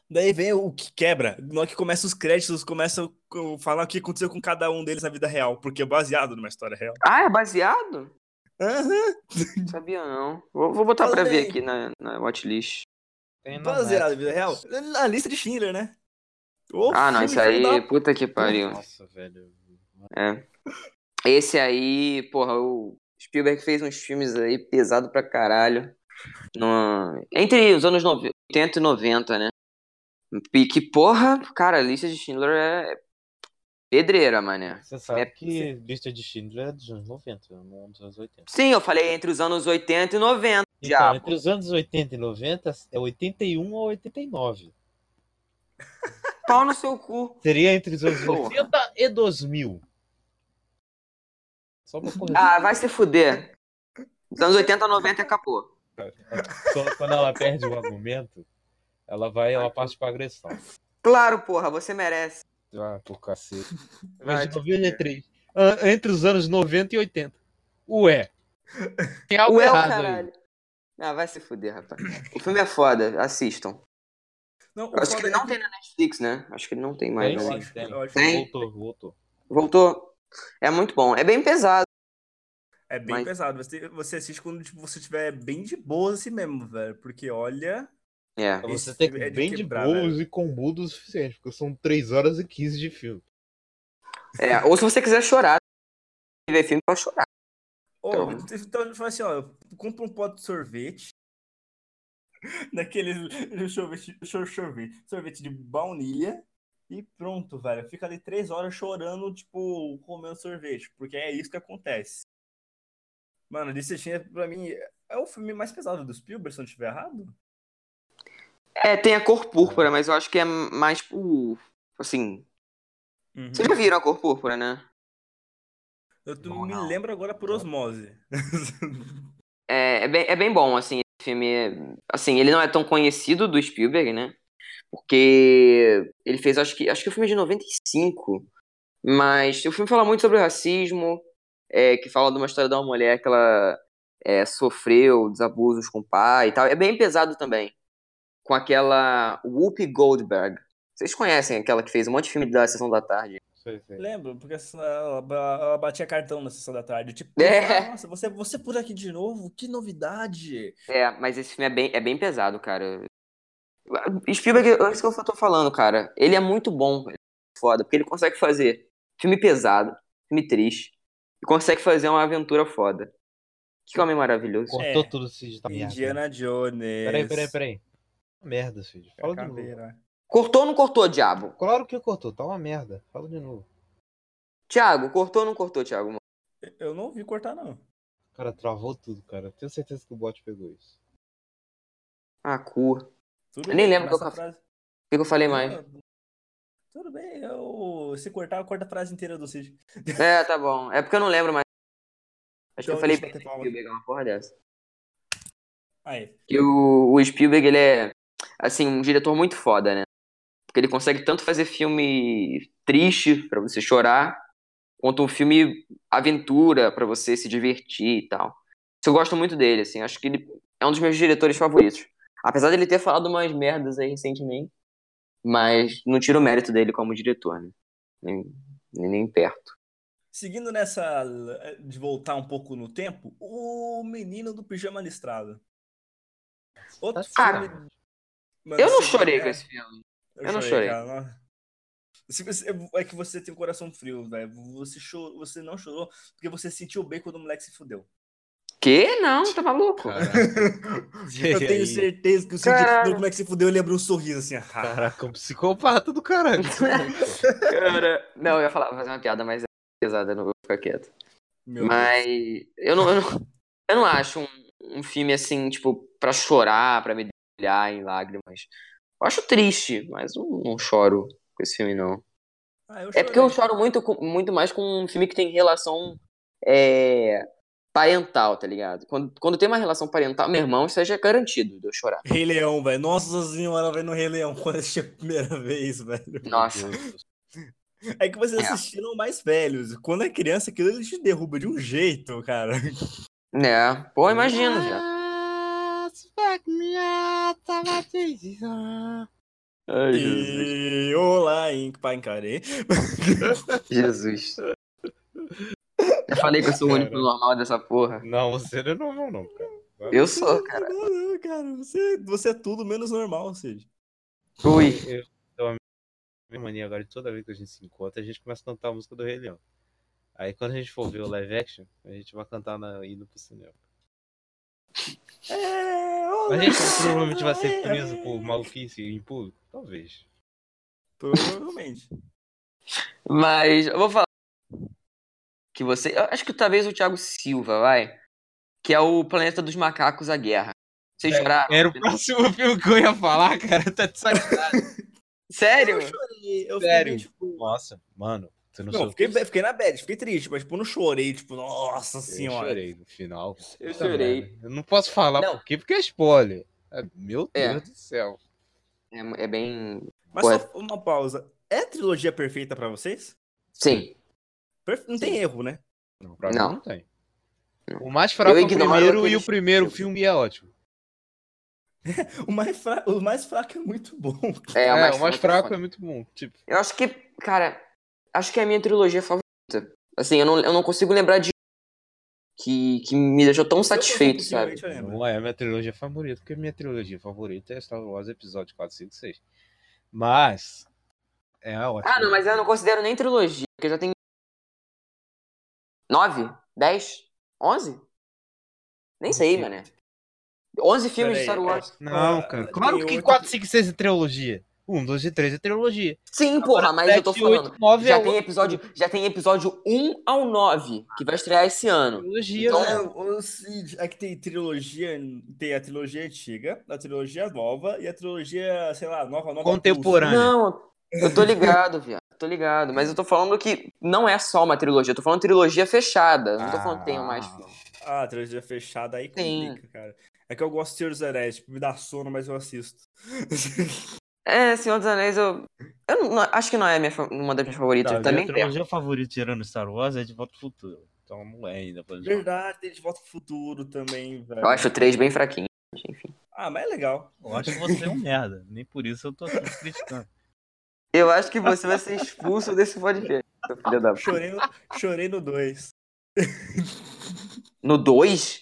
[SPEAKER 1] Daí vem o que quebra. Na hora que começa os créditos, começam a falar o que aconteceu com cada um deles na vida real, porque é baseado numa história real.
[SPEAKER 2] Ah, é baseado?
[SPEAKER 1] Aham,
[SPEAKER 2] Não sabia não. Vou, vou botar pra
[SPEAKER 1] Olha
[SPEAKER 2] ver
[SPEAKER 1] aí.
[SPEAKER 2] aqui na, na watchlist.
[SPEAKER 3] Tem na
[SPEAKER 1] baseado na
[SPEAKER 3] Netflix.
[SPEAKER 1] vida real. Na lista de Schindler, né? Ô,
[SPEAKER 2] Ah, não,
[SPEAKER 1] filme
[SPEAKER 2] isso aí,
[SPEAKER 1] da
[SPEAKER 2] puta que pariu.
[SPEAKER 3] Nossa, velho.
[SPEAKER 2] É. Esse aí, porra, o Spielberg fez uns filmes aí pesado pra caralho. No- Entre os anos nove- 80 e 90, né? E que, porra, cara, a lista de Schindler é pedreira, mané.
[SPEAKER 3] Você sabe
[SPEAKER 2] É-
[SPEAKER 3] que lista de Schindler é dos anos 90, não dos anos 80.
[SPEAKER 2] Sim, eu falei entre os anos 80 e 90.
[SPEAKER 3] Então,
[SPEAKER 2] Diabo.
[SPEAKER 3] entre os anos 80 e 90, é 81 a 89.
[SPEAKER 2] Pau no seu cu.
[SPEAKER 3] Seria entre os anos
[SPEAKER 2] Porra.
[SPEAKER 3] 80 e 2000. Só pra corrigir.
[SPEAKER 2] Ah, vai se fuder. Dos anos 80 a 90 acabou.
[SPEAKER 3] né? Só quando ela perde o argumento, ela vai, ela parte pra agressão.
[SPEAKER 2] Claro, porra, você merece.
[SPEAKER 3] Ah, por cacete.
[SPEAKER 2] Vai
[SPEAKER 3] Mas
[SPEAKER 2] te
[SPEAKER 3] de 93. An- Ah, Entre os anos 90 e 80. Ué. Tem algo
[SPEAKER 2] Ué, o
[SPEAKER 3] errado aí.
[SPEAKER 2] caralho. Ah, vai se fuder, rapaz. O filme é foda, assistam.
[SPEAKER 3] É
[SPEAKER 1] Não, o
[SPEAKER 2] Eu acho que
[SPEAKER 1] foda
[SPEAKER 2] ele
[SPEAKER 1] é
[SPEAKER 2] não tem na Netflix, né? Acho que ele não tem mais.
[SPEAKER 3] Tem,
[SPEAKER 2] né?
[SPEAKER 1] eu
[SPEAKER 3] sim,
[SPEAKER 1] acho-
[SPEAKER 3] tem.
[SPEAKER 1] eu acho-
[SPEAKER 2] Tem?
[SPEAKER 3] Voltou, voltou.
[SPEAKER 2] Voltou. É muito bom. É bem pesado.
[SPEAKER 1] É bem
[SPEAKER 2] Mas-
[SPEAKER 1] pesado. Você, você assiste quando tipo, você estiver bem de boa assim mesmo, velho. Porque olha.
[SPEAKER 2] É.
[SPEAKER 3] Pra você
[SPEAKER 1] Esse
[SPEAKER 3] ter
[SPEAKER 1] filme é de
[SPEAKER 3] bem de
[SPEAKER 1] quebrar,
[SPEAKER 3] boas.
[SPEAKER 1] velho.
[SPEAKER 4] Boas e combudo o suficiente, porque são 3 horas e 15 de filme.
[SPEAKER 2] É, Ou se você quiser chorar, ver filme pra chorar.
[SPEAKER 1] Ô,
[SPEAKER 2] Então-
[SPEAKER 1] então ele fala assim, ó, compra um pote de sorvete. Daqueles sorvete, sor- sorvete, sorvete de baunilha. E pronto, velho. Fica ali três horas chorando, tipo, comendo sorvete. Porque é isso que acontece. Mano, Dissetinha, pra mim, é o filme mais pesado do Spielberg, se eu não estiver errado.
[SPEAKER 2] É, tem a cor púrpura, mas eu acho que é mais por. Assim. Vocês já viram a cor púrpura, né?
[SPEAKER 1] Eu tu
[SPEAKER 2] Bom,
[SPEAKER 1] me
[SPEAKER 2] não.
[SPEAKER 1] lembro agora por osmose.
[SPEAKER 2] É, é, bem, é bem bom, assim, esse filme. é- Assim, ele não é tão conhecido do Spielberg, né? Porque ele fez, acho que, acho que o filme é de 95. Mas o filme fala muito sobre o racismo, é, que fala de uma história de uma mulher que ela é, sofreu dos abusos com o pai e tal. É bem pesado também. Com aquela Whoopi Goldberg. Vocês conhecem aquela que fez um monte de filme da Sessão da Tarde?
[SPEAKER 3] Sei,
[SPEAKER 2] É.
[SPEAKER 3] sei.
[SPEAKER 1] Lembro, porque essa- ela, ela batia cartão na sessão da tarde. Tipo,
[SPEAKER 2] É.
[SPEAKER 1] nossa, você, você por aqui de novo? Que novidade!
[SPEAKER 2] É, mas esse filme é bem, é bem pesado, cara. Spielberg, é isso que eu tô falando, cara. Ele é muito bom, ele é foda, porque ele consegue fazer filme pesado, filme triste, e consegue fazer uma aventura foda. Que homem maravilhoso.
[SPEAKER 3] Cortou
[SPEAKER 1] É.
[SPEAKER 3] tudo, Cid, da merda.
[SPEAKER 1] Indiana é Jones.
[SPEAKER 3] Tá
[SPEAKER 1] É
[SPEAKER 3] Peraí, peraí, peraí. Tá uma Merda, Cid. Fala de novo.
[SPEAKER 1] Caveira.
[SPEAKER 2] Cortou ou não cortou, Diabo?
[SPEAKER 3] Claro que cortou, tá uma merda. Fala de novo.
[SPEAKER 2] Thiago, cortou ou não cortou, Thiago? mano?
[SPEAKER 1] Eu não ouvi cortar, não.
[SPEAKER 3] Cara, travou tudo, cara. Tenho certeza que o bot pegou isso.
[SPEAKER 2] Ah, cu. O
[SPEAKER 1] Tudo
[SPEAKER 2] Eu nem
[SPEAKER 1] bem,
[SPEAKER 2] lembro
[SPEAKER 1] começa
[SPEAKER 2] qual
[SPEAKER 1] a frase.
[SPEAKER 2] que que eu falei mais?
[SPEAKER 1] Tudo bem, eu. Se cortar, eu corto a frase inteira do Cid.
[SPEAKER 2] É, tá bom. É porque eu não lembro mais. Acho que
[SPEAKER 1] Então,
[SPEAKER 2] eu falei
[SPEAKER 1] deixa eu
[SPEAKER 2] bem
[SPEAKER 1] bater
[SPEAKER 2] do
[SPEAKER 1] palma.
[SPEAKER 2] Spielberg, é uma porra dessa.
[SPEAKER 1] Aí.
[SPEAKER 2] que o, o Spielberg, ele é, assim, um diretor muito foda, né? Porque ele consegue tanto fazer filme triste pra você chorar, quanto um filme aventura pra você se divertir e tal. Isso eu gosto muito dele, assim, acho que ele é um dos meus diretores favoritos. Apesar dele ter falado umas merdas aí recentemente, mas não tira o mérito dele como diretor, né? Nem, nem, nem perto.
[SPEAKER 1] Seguindo nessa. de voltar um pouco no tempo, o menino do pijama listrado. Outro
[SPEAKER 3] Tá
[SPEAKER 2] Cara,
[SPEAKER 1] filme. Mano,
[SPEAKER 2] Eu não
[SPEAKER 1] esse-
[SPEAKER 2] chorei
[SPEAKER 1] é,
[SPEAKER 2] com esse filme. Eu não chorei.
[SPEAKER 1] cara, nossa. Se você- é que você tem um coração frio, velho. Você, chorou, você não chorou porque você sentiu bem quando o moleque se fudeu.
[SPEAKER 2] Que? Não, tá maluco?
[SPEAKER 1] Eu tenho certeza que o Cid
[SPEAKER 2] Caralho.
[SPEAKER 1] Fudeu, como é que se fudeu, ele abriu um sorriso assim. Ah,
[SPEAKER 3] Caraca, um psicopata do caralho.
[SPEAKER 2] Cara, não, eu ia falar, fazer uma piada, mas é pesada, eu não vou ficar quieto.
[SPEAKER 1] meu Deus.
[SPEAKER 2] Mas eu não, eu não, eu não acho um, um filme assim, tipo, pra chorar, pra me delhar em lágrimas. Eu acho triste, mas eu não choro com esse filme, não.
[SPEAKER 1] Ah, eu
[SPEAKER 2] É porque eu
[SPEAKER 1] chorei.
[SPEAKER 2] choro muito, com- muito mais com um filme que tem relação é, parental, tá ligado? Quando, quando tem uma relação parental, meu irmão, isso aí já é garantido de eu chorar.
[SPEAKER 1] Rei Leão, velho. Nossa senhora, velho, no Rei Leão, quando eu assisti a primeira vez, velho.
[SPEAKER 2] Nossa.
[SPEAKER 1] É que vocês
[SPEAKER 2] É.
[SPEAKER 1] assistiram mais velhos. Quando é criança, aquilo ele te derruba de um jeito, cara.
[SPEAKER 2] É, pô, imagina, já.
[SPEAKER 3] já.
[SPEAKER 2] Ai, Jesus.
[SPEAKER 1] E olá, em pai encarei.
[SPEAKER 2] Jesus. Eu falei que eu sou o único normal dessa porra.
[SPEAKER 3] Não, você não é normal, não, cara.
[SPEAKER 2] Eu sou, cara.
[SPEAKER 1] Não, não, cara, você, você é tudo menos normal, Cid.
[SPEAKER 2] Ui.
[SPEAKER 3] Minha mania agora, toda vez que a gente se encontra, a gente começa a cantar a música do Rei Leão. Aí quando a gente for ver o live action, a gente vai cantar na, indo pro cinema.
[SPEAKER 1] É, olá, é.
[SPEAKER 3] A gente provavelmente vai ser preso por maluquice em público? Talvez.
[SPEAKER 1] Provavelmente.
[SPEAKER 2] Mas eu vou falar que você. eu acho que talvez o Thiago Silva, vai. Que é o Planeta dos Macacos, a Guerra. Vocês choraram?
[SPEAKER 3] É, Era o próximo filme que eu ia falar, cara. Tá de sacanagem.
[SPEAKER 2] Sério?
[SPEAKER 1] Eu chorei, eu
[SPEAKER 3] Sério?
[SPEAKER 1] fiquei, tipo...
[SPEAKER 3] Nossa, mano. Tu não,
[SPEAKER 1] Não,
[SPEAKER 3] soube.
[SPEAKER 1] fiquei, fiquei na bad, fiquei triste, mas tipo, não chorei, tipo, nossa
[SPEAKER 3] Eu
[SPEAKER 1] senhora.
[SPEAKER 3] chorei no final.
[SPEAKER 2] assim, Eu
[SPEAKER 3] Puta
[SPEAKER 2] chorei.
[SPEAKER 3] merda. Eu não posso falar
[SPEAKER 2] Não.
[SPEAKER 3] por quê, porque é spoiler. Ah, Meu
[SPEAKER 2] É.
[SPEAKER 3] Deus do céu.
[SPEAKER 2] É, é bem.
[SPEAKER 1] Mas só uma pausa. É a trilogia perfeita pra vocês?
[SPEAKER 2] Sim.
[SPEAKER 1] Perfe- Não tem erro, né?
[SPEAKER 3] Não, pra mim
[SPEAKER 2] Não.
[SPEAKER 3] não tem. O mais fraco é o
[SPEAKER 2] ignoro
[SPEAKER 3] primeiro e
[SPEAKER 2] aqueles-
[SPEAKER 3] o primeiro filme é ótimo.
[SPEAKER 1] O mais, fra- o mais fraco é muito bom.
[SPEAKER 2] É,
[SPEAKER 3] É,
[SPEAKER 2] o mais,
[SPEAKER 3] fraco
[SPEAKER 2] é
[SPEAKER 3] é muito bom. Tipo,
[SPEAKER 2] Eu acho que, cara, acho que é a minha trilogia favorita. Assim, eu não, eu não consigo lembrar de. um Que, que me deixou tão satisfeito,
[SPEAKER 1] Se eu fosse um pouquinho
[SPEAKER 2] sabe?
[SPEAKER 1] diferente, eu lembro.
[SPEAKER 3] não é a minha trilogia favorita, porque a minha trilogia favorita é Star Wars Episódio 4, 5, 6. Mas. É ótimo.
[SPEAKER 2] Ah, não, mas eu não considero nem trilogia, porque eu já tenho. Nove? Dez? Onze? Nem sei,
[SPEAKER 3] sei.
[SPEAKER 2] mané. Onze filmes de
[SPEAKER 1] Peraí,
[SPEAKER 3] é.
[SPEAKER 2] Star Wars.
[SPEAKER 3] Não,
[SPEAKER 1] Ah,
[SPEAKER 3] cara.
[SPEAKER 1] tem
[SPEAKER 3] Claro que
[SPEAKER 1] oito-
[SPEAKER 3] 4, 5, 6 é trilogia. 1, 2 e 3 é trilogia.
[SPEAKER 2] Sim, porra, mas eu tô
[SPEAKER 3] 7, 8,
[SPEAKER 2] falando.
[SPEAKER 3] 9 é
[SPEAKER 2] Já tem,
[SPEAKER 3] outra
[SPEAKER 2] episódio, já tem episódio 1 ao 9, que vai estrear esse ano.
[SPEAKER 3] trilogia.
[SPEAKER 2] Então,
[SPEAKER 3] né?
[SPEAKER 1] Ô, ô, Cid, é que tem trilogia, tem a trilogia antiga, a trilogia nova e a trilogia, sei lá, nova, nova.
[SPEAKER 3] Contemporânea.
[SPEAKER 2] Não, eu tô ligado, viado. Tô ligado, mas eu tô falando que não é só uma trilogia, eu tô falando trilogia fechada. Eu não tô falando que tem um mais
[SPEAKER 3] Ah.
[SPEAKER 2] filmes.
[SPEAKER 1] pulsa. Ah, a trilogia fechada aí complica, cara. É que eu gosto de Senhor dos Anéis, tipo, me dá sono, mas eu assisto.
[SPEAKER 2] É, Senhor dos Anéis, eu. Eu não- acho que não é a minha fa- uma das minhas favoritas.
[SPEAKER 3] Tá,
[SPEAKER 2] tá
[SPEAKER 3] minha
[SPEAKER 2] bem perto.
[SPEAKER 3] trilogia favorita tirando Star Wars é De Volta ao Futuro. Então não é ainda, por exemplo.
[SPEAKER 1] Verdade, tem de volta ao futuro também, velho.
[SPEAKER 2] Eu acho o 3 bem fraquinho, gente, enfim.
[SPEAKER 1] Ah, mas é legal.
[SPEAKER 3] Eu acho que você é um merda. Nem por isso eu tô aqui te criticando.
[SPEAKER 2] Eu acho que você vai ser expulso desse podcast, seu filho da puta.
[SPEAKER 1] Chorei no, chorei no 2.
[SPEAKER 2] No 2?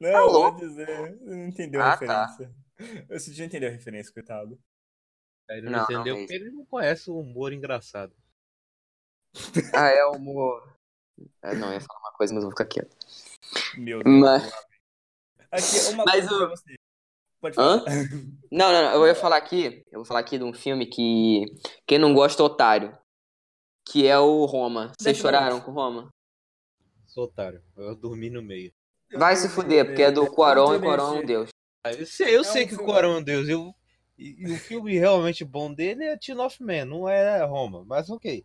[SPEAKER 1] Não,
[SPEAKER 2] Tá
[SPEAKER 1] vou
[SPEAKER 2] louco.
[SPEAKER 1] dizer, não entendeu a
[SPEAKER 2] Ah, tá.
[SPEAKER 1] referência. Eu Cid não entendeu a referência, coitado.
[SPEAKER 3] Ele
[SPEAKER 2] Não, é
[SPEAKER 3] não, entendeu
[SPEAKER 2] não
[SPEAKER 3] porque ele não conhece o humor engraçado.
[SPEAKER 2] Ah, é o humor. É, não, eu ia falar uma coisa, mas eu vou ficar quieto.
[SPEAKER 1] Meu Deus.
[SPEAKER 2] Mas...
[SPEAKER 1] Aqui, uma
[SPEAKER 2] Mas
[SPEAKER 1] coisa
[SPEAKER 2] o-
[SPEAKER 1] pra você. Pode falar.
[SPEAKER 2] Hã? Não, não, não, eu ia falar aqui. Eu vou falar aqui de um filme que. Quem não gosta é otário. Que é o Roma. Vocês
[SPEAKER 1] Death
[SPEAKER 2] choraram
[SPEAKER 1] Note.
[SPEAKER 2] com Roma?
[SPEAKER 3] Sou otário. Eu dormi no meio.
[SPEAKER 2] Vai se fuder, porque é do Quaron e Quaron é um deus.
[SPEAKER 3] Ah, Eu sei, eu
[SPEAKER 1] É
[SPEAKER 3] sei
[SPEAKER 1] um
[SPEAKER 3] que o
[SPEAKER 1] filme-
[SPEAKER 3] Corão é um deus. Eu, e, e o filme realmente bom dele é Teen of Man, não é Roma. Mas ok.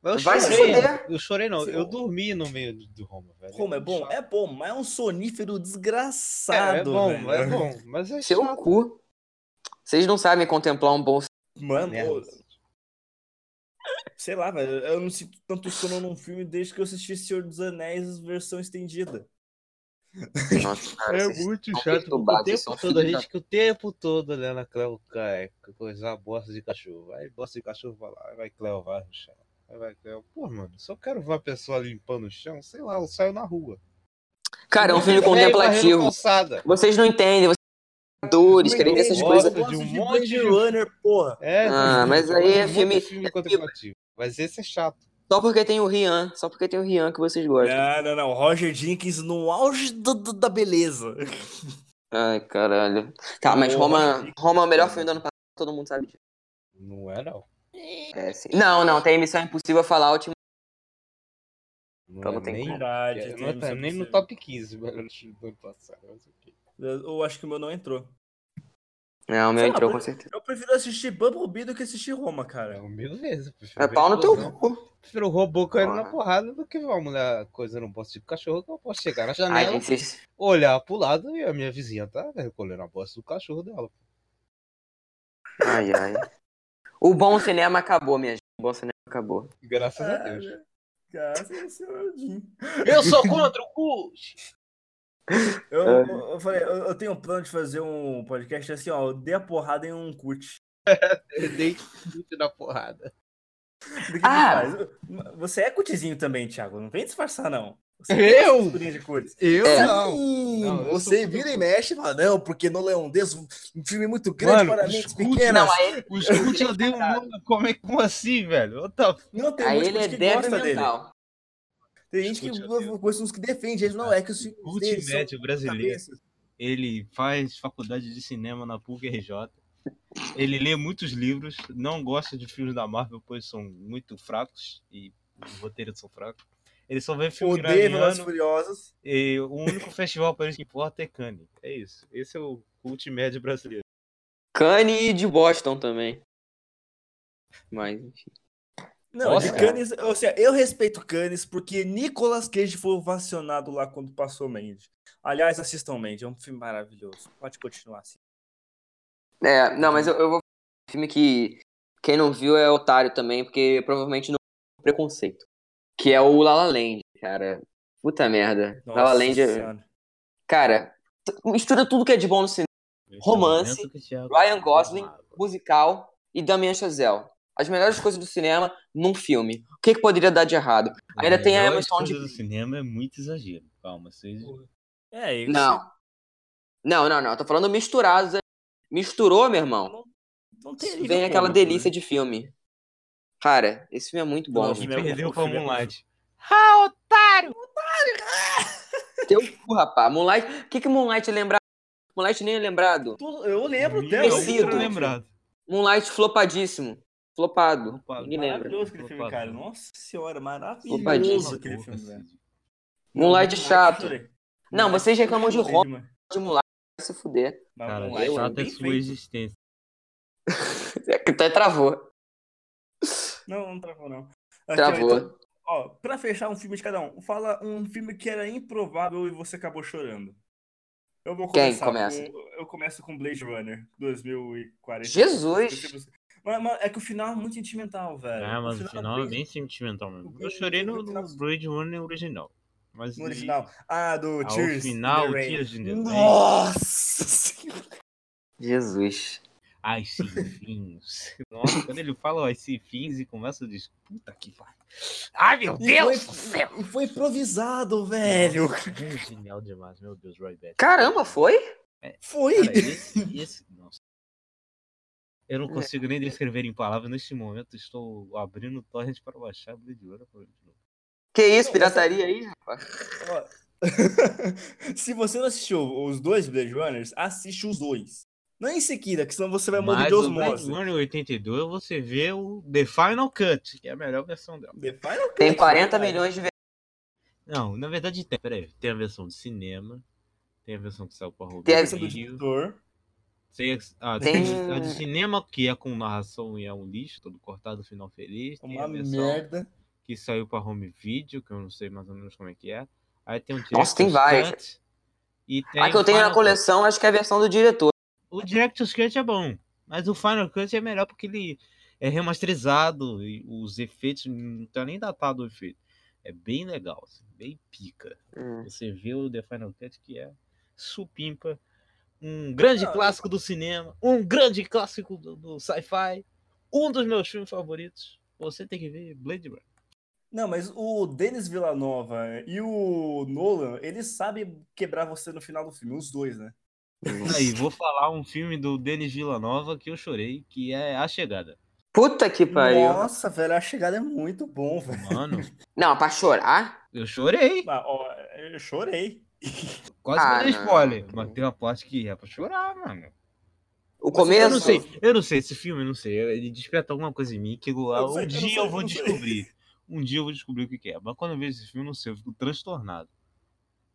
[SPEAKER 3] Mas eu
[SPEAKER 2] Vai se
[SPEAKER 3] chorei.
[SPEAKER 2] fuder.
[SPEAKER 3] Eu chorei não.
[SPEAKER 1] Sim.
[SPEAKER 3] Eu dormi no meio do, do Roma, velho.
[SPEAKER 1] Como é bom? É bom, mas é um sonífero desgraçado.
[SPEAKER 3] É, é bom,
[SPEAKER 1] velho.
[SPEAKER 3] é bom. Mas é
[SPEAKER 2] Seu
[SPEAKER 3] chato.
[SPEAKER 2] cu. Vocês não sabem contemplar um bom.
[SPEAKER 1] Mano,
[SPEAKER 3] Merda.
[SPEAKER 1] ô, sei lá, velho. Eu não sinto tanto sono num filme desde que eu assisti Senhor dos Anéis versão estendida.
[SPEAKER 2] Nossa, cara,
[SPEAKER 3] É
[SPEAKER 2] vocês-
[SPEAKER 3] muito
[SPEAKER 2] são
[SPEAKER 3] chato. porque O
[SPEAKER 2] perturbados, vocês
[SPEAKER 3] tempo
[SPEAKER 2] são
[SPEAKER 3] todo a
[SPEAKER 2] filhos da-
[SPEAKER 3] gente que o tempo todo a Helena Cleo cai, coisar bosta de cachorro. Aí bosta de cachorro vai lá, aí vai Cleo, vai no chão. Aí vai Cleo. Pô, mano, só quero ver a pessoa limpando o chão, sei lá, eu saio na rua.
[SPEAKER 2] Cara, é um filme
[SPEAKER 3] Véi, varrendo
[SPEAKER 2] contemplativo.
[SPEAKER 3] calçada.
[SPEAKER 2] Vocês não entendem, vocês são amadores, querem ver essas
[SPEAKER 1] Eu
[SPEAKER 3] gosta
[SPEAKER 2] coisas.
[SPEAKER 1] gosto
[SPEAKER 3] de um
[SPEAKER 1] de
[SPEAKER 3] monte de-
[SPEAKER 1] Blade Runner, porra.
[SPEAKER 3] É,
[SPEAKER 2] Ah,
[SPEAKER 3] tem-
[SPEAKER 2] mas
[SPEAKER 3] tem
[SPEAKER 2] aí é
[SPEAKER 3] muito
[SPEAKER 2] filme-
[SPEAKER 3] filme contemplativo. Mas esse é chato.
[SPEAKER 2] Só porque tem o Rian, só porque tem o Rian que vocês gostam.
[SPEAKER 1] Não, não, não. Roger Jenkins no auge do- do- da beleza.
[SPEAKER 2] Ai, caralho. Tá, mas
[SPEAKER 1] Ô,
[SPEAKER 2] Roma, Roma é o melhor filme do ano passado, todo mundo sabe disso.
[SPEAKER 3] Não é, não.
[SPEAKER 2] É, sim. Não, não, tem Missão Impossível Fallout.
[SPEAKER 3] Não
[SPEAKER 2] Então
[SPEAKER 3] é
[SPEAKER 2] não tem
[SPEAKER 3] nem,
[SPEAKER 2] como.
[SPEAKER 1] Verdade.
[SPEAKER 3] é,
[SPEAKER 1] tem
[SPEAKER 3] não tá
[SPEAKER 1] Missão
[SPEAKER 3] nem no
[SPEAKER 1] Impossível.
[SPEAKER 3] top 15, velho, do ano passado. mas ok.
[SPEAKER 1] Eu acho que o meu não entrou.
[SPEAKER 2] Não, É, o meu
[SPEAKER 1] Sei lá,
[SPEAKER 2] entrou
[SPEAKER 1] por-
[SPEAKER 2] com certeza.
[SPEAKER 1] Eu prefiro assistir Bumblebee do que assistir Roma,
[SPEAKER 3] É
[SPEAKER 1] cara.
[SPEAKER 3] mil vezes. eu prefiro
[SPEAKER 2] É
[SPEAKER 3] ver
[SPEAKER 2] pau no teu
[SPEAKER 3] explosão.
[SPEAKER 2] cu.
[SPEAKER 3] Prefiro o robô caindo na
[SPEAKER 2] Porra.
[SPEAKER 3] porrada do que ver uma mulher coisando um bosta de cachorro que eu posso chegar na
[SPEAKER 2] Ai,
[SPEAKER 1] né?
[SPEAKER 3] janela,
[SPEAKER 2] gente, vocês...
[SPEAKER 3] olhar pro lado e a minha vizinha tá recolhendo a bosta do cachorro dela.
[SPEAKER 2] Ai, ai. O bom cinema acabou, minha gente. O bom cinema acabou.
[SPEAKER 3] Graças a
[SPEAKER 1] Ah,
[SPEAKER 3] Deus.
[SPEAKER 1] né? Cara, você é o Jim.
[SPEAKER 3] Eu sou contra o cu!
[SPEAKER 1] Eu,
[SPEAKER 2] É.
[SPEAKER 3] É.
[SPEAKER 1] eu, eu falei, eu, eu tenho um plano de fazer um podcast assim, ó, eu dei a porrada em um cut.
[SPEAKER 3] Dente chute na porrada.
[SPEAKER 5] Do que
[SPEAKER 2] Ah!
[SPEAKER 5] me faz. Você é cutizinho também, Thiago. Não vem disfarçar, não. Você
[SPEAKER 1] é
[SPEAKER 3] Eu?
[SPEAKER 5] frescurinha de cores.
[SPEAKER 1] Eu
[SPEAKER 2] É.
[SPEAKER 1] não.
[SPEAKER 3] Não, eu
[SPEAKER 1] Você
[SPEAKER 3] sou-
[SPEAKER 1] vira e mexe e fala, não, porque no Leondês, um filme muito grande
[SPEAKER 3] Mano,
[SPEAKER 1] para mentes
[SPEAKER 3] escute,
[SPEAKER 1] pequenas.
[SPEAKER 2] Não, aí,
[SPEAKER 3] O Scoot odeia o mundo. Como, é, como assim, velho? What the f-
[SPEAKER 1] Não, tem
[SPEAKER 2] aí
[SPEAKER 1] muita
[SPEAKER 2] ele é
[SPEAKER 1] gente que
[SPEAKER 2] débil
[SPEAKER 1] gosta dele.
[SPEAKER 2] mental.
[SPEAKER 1] Tem gente que
[SPEAKER 3] Escute, eu
[SPEAKER 1] conhece uns que defende ele. Não, é que os filmes
[SPEAKER 3] Scoot
[SPEAKER 1] dele são
[SPEAKER 3] médio brasileiro.
[SPEAKER 1] cabeças.
[SPEAKER 3] Ele faz faculdade de cinema na PUC RJ. Ele lê muitos livros, não gosta de filmes da Marvel, pois são muito fracos e os roteiros são fracos. Ele só vê filme
[SPEAKER 1] Odeia Velozes e
[SPEAKER 3] iraniano
[SPEAKER 1] Furiosos.
[SPEAKER 3] e o único festival para ele que importa é Cannes. É isso. Esse é o cult médio brasileiro.
[SPEAKER 2] Kanye de Boston também. Mas, enfim.
[SPEAKER 1] Não,
[SPEAKER 3] Nossa,
[SPEAKER 1] de
[SPEAKER 3] cara.
[SPEAKER 1] Cannes, ou seja, eu respeito Cannes porque Nicolas Cage foi ovacionado lá quando passou Mandy. Aliás, assistam Mandy, é um filme maravilhoso. Pode continuar assim.
[SPEAKER 2] É, não, mas eu, eu vou. Um filme que quem não viu é otário também, porque provavelmente não tem preconceito. Que é o La La Land, cara. Puta merda. La La Land, é-
[SPEAKER 1] Senhora.
[SPEAKER 2] cara, t- mistura tudo que é de bom no cinema. Romance,
[SPEAKER 3] Esse é o momento que o Thiago
[SPEAKER 2] Ryan Gosling,
[SPEAKER 3] amava.
[SPEAKER 2] musical e Damien Chazelle. As melhores coisas do cinema num filme. O que, que poderia dar de errado? Ainda tem a
[SPEAKER 3] melhor
[SPEAKER 2] Emma Stone de-
[SPEAKER 3] esposa do cinema é muito exagero. Calma, vocês.
[SPEAKER 5] É, isso.
[SPEAKER 2] Não. Não, não, não. Eu tô falando misturados. é- Misturou, meu irmão.
[SPEAKER 5] Não tem
[SPEAKER 2] Isso
[SPEAKER 5] nível
[SPEAKER 2] Vem aquela
[SPEAKER 5] cômico,
[SPEAKER 2] delícia
[SPEAKER 5] né?
[SPEAKER 2] de filme. Cara, esse filme é muito bom.
[SPEAKER 5] Não,
[SPEAKER 2] gente.
[SPEAKER 5] filme é-
[SPEAKER 3] Perdeu um
[SPEAKER 5] o
[SPEAKER 3] pra
[SPEAKER 5] filme é-
[SPEAKER 3] Moonlight.
[SPEAKER 2] Teu cu, rapaz. Moonlight. O que, que Moonlight é lembrado? Moonlight nem é lembrado.
[SPEAKER 5] Tu- Eu lembro
[SPEAKER 3] Nem
[SPEAKER 5] dela.
[SPEAKER 2] Merecido.
[SPEAKER 3] ultra lembrado.
[SPEAKER 2] Moonlight flopadíssimo. Flopado.
[SPEAKER 3] Flopado.
[SPEAKER 2] Ninguém lembra.
[SPEAKER 5] Maravilhoso aquele filme, cara. Nossa senhora, maravilhoso
[SPEAKER 2] Opadinho.
[SPEAKER 5] aquele filme, velho.
[SPEAKER 2] Moonlight
[SPEAKER 5] Moonlight,
[SPEAKER 2] chato.
[SPEAKER 5] chorei.
[SPEAKER 2] Não,
[SPEAKER 5] Moonlight,
[SPEAKER 2] vocês reclamam de
[SPEAKER 5] chorei
[SPEAKER 2] Roma.
[SPEAKER 5] demais.
[SPEAKER 2] De Moonlight vai se fuder.
[SPEAKER 1] Tá
[SPEAKER 5] Mas
[SPEAKER 3] Cara,
[SPEAKER 5] Moonlight é
[SPEAKER 1] então.
[SPEAKER 3] chata é
[SPEAKER 5] bem
[SPEAKER 3] sua
[SPEAKER 5] feito.
[SPEAKER 3] existência.
[SPEAKER 2] Até travou.
[SPEAKER 5] Não, não travou, não. Aqui, ó, então,
[SPEAKER 2] Travou.
[SPEAKER 1] Ó, pra fechar um filme de cada um, fala um filme que era improvável e você acabou chorando. Eu vou
[SPEAKER 2] Quem
[SPEAKER 1] começar
[SPEAKER 2] começa?
[SPEAKER 1] com- eu começo com Blade Runner 2040.
[SPEAKER 2] Jesus!
[SPEAKER 1] Mas, mas é que o final é muito sentimental, velho.
[SPEAKER 3] Ah, mas o
[SPEAKER 1] é
[SPEAKER 3] final é
[SPEAKER 1] bem
[SPEAKER 3] bem sentimental mesmo.
[SPEAKER 1] o-
[SPEAKER 3] Eu chorei no,
[SPEAKER 1] o final-
[SPEAKER 3] no Blade Runner original. Mas
[SPEAKER 1] tá No
[SPEAKER 3] e-
[SPEAKER 1] original. Ah, do
[SPEAKER 3] ao
[SPEAKER 1] Tears. in the
[SPEAKER 3] final,
[SPEAKER 1] Rain.
[SPEAKER 3] Tears in the Rain.
[SPEAKER 1] Nossa senhora.
[SPEAKER 2] Jesus.
[SPEAKER 3] Ai, sim, fins. Nossa, quando ele fala ai, sim, fins e começa, eu digo, puta que pariu. Ai, meu
[SPEAKER 1] E
[SPEAKER 3] Deus
[SPEAKER 1] foi-
[SPEAKER 3] do céu!
[SPEAKER 1] E foi improvisado, velho.
[SPEAKER 3] É Genial demais, meu Deus, Roy Batty.
[SPEAKER 2] Caramba, foi?
[SPEAKER 1] Foi.
[SPEAKER 3] Cara, esse, esse- nossa. Eu não consigo nem descrever em palavras neste momento. Estou abrindo o torrent para baixar a Blade Runner. pra ver de novo.
[SPEAKER 2] Que isso,
[SPEAKER 1] Não,
[SPEAKER 2] pirataria aí, rapaz?
[SPEAKER 1] Ó, Se você não assistiu os dois Blade Runners, assiste os dois. Não é em seguida, que senão você vai morrer
[SPEAKER 3] Mas
[SPEAKER 1] de
[SPEAKER 3] o um Blade
[SPEAKER 1] osmose.
[SPEAKER 3] Runner 82 você vê o The Final Cut, que é a melhor versão dela.
[SPEAKER 1] The Final
[SPEAKER 2] Tem
[SPEAKER 1] Cut,
[SPEAKER 2] 40
[SPEAKER 1] verdade.
[SPEAKER 2] milhões de vezes.
[SPEAKER 3] Não, na verdade tem. Peraí, tem a versão de cinema, tem a versão que saiu para Robin
[SPEAKER 2] Tem a
[SPEAKER 1] Essa do
[SPEAKER 3] Video,
[SPEAKER 1] diretor.
[SPEAKER 3] tem a, ah,
[SPEAKER 2] Tem-
[SPEAKER 3] tem a de cinema que é com narração e é um lixo, todo cortado, final feliz. Tem a
[SPEAKER 1] Uma
[SPEAKER 3] versão
[SPEAKER 1] merda.
[SPEAKER 3] que saiu pra home video, que eu não sei mais ou menos como é que é. Aí tem um
[SPEAKER 2] Nossa, tem
[SPEAKER 3] Director's
[SPEAKER 2] várias.
[SPEAKER 3] Cut, E tem
[SPEAKER 2] A que eu tenho
[SPEAKER 3] Final
[SPEAKER 2] na coleção, acho que é a versão do diretor.
[SPEAKER 3] Cut. O Director's Cut é bom, mas o Final Cut é melhor porque ele é remasterizado e os efeitos não tá nem datado o efeito. É bem legal, assim, bem pica. Você vê o The Final Cut que é supimpa, um grande
[SPEAKER 1] Ah.
[SPEAKER 3] clássico do cinema, um grande clássico do, do sci-fi, um dos meus filmes favoritos. Você tem que ver Blade Runner.
[SPEAKER 1] Não, mas o Denis Villanova e o Nolan, eles sabem quebrar você no final do filme, os dois, né?
[SPEAKER 3] Aí, vou falar um filme do Denis Villanova que eu chorei, que é A Chegada.
[SPEAKER 2] Puta que pariu.
[SPEAKER 1] Nossa, velho, a chegada é muito bom, velho.
[SPEAKER 3] Mano,
[SPEAKER 2] Não, pra chorar?
[SPEAKER 3] eu chorei.
[SPEAKER 1] Ah, ó, eu chorei.
[SPEAKER 3] Quase
[SPEAKER 2] Ah,
[SPEAKER 3] que dei
[SPEAKER 2] não.
[SPEAKER 3] spoiler. Mas tem uma parte que é pra chorar, mano.
[SPEAKER 2] O
[SPEAKER 3] Eu
[SPEAKER 2] começo?
[SPEAKER 3] não sei, eu não sei, esse filme, eu não sei. Ele desperta alguma coisa em mim que eu-
[SPEAKER 1] Eu não sei,
[SPEAKER 3] um
[SPEAKER 1] eu não
[SPEAKER 3] dia
[SPEAKER 1] sei,
[SPEAKER 3] eu vou
[SPEAKER 1] eu não sei.
[SPEAKER 3] descobrir. Um dia eu vou descobrir o que que é. Mas quando eu vejo esse filme, eu não sei, eu fico transtornado.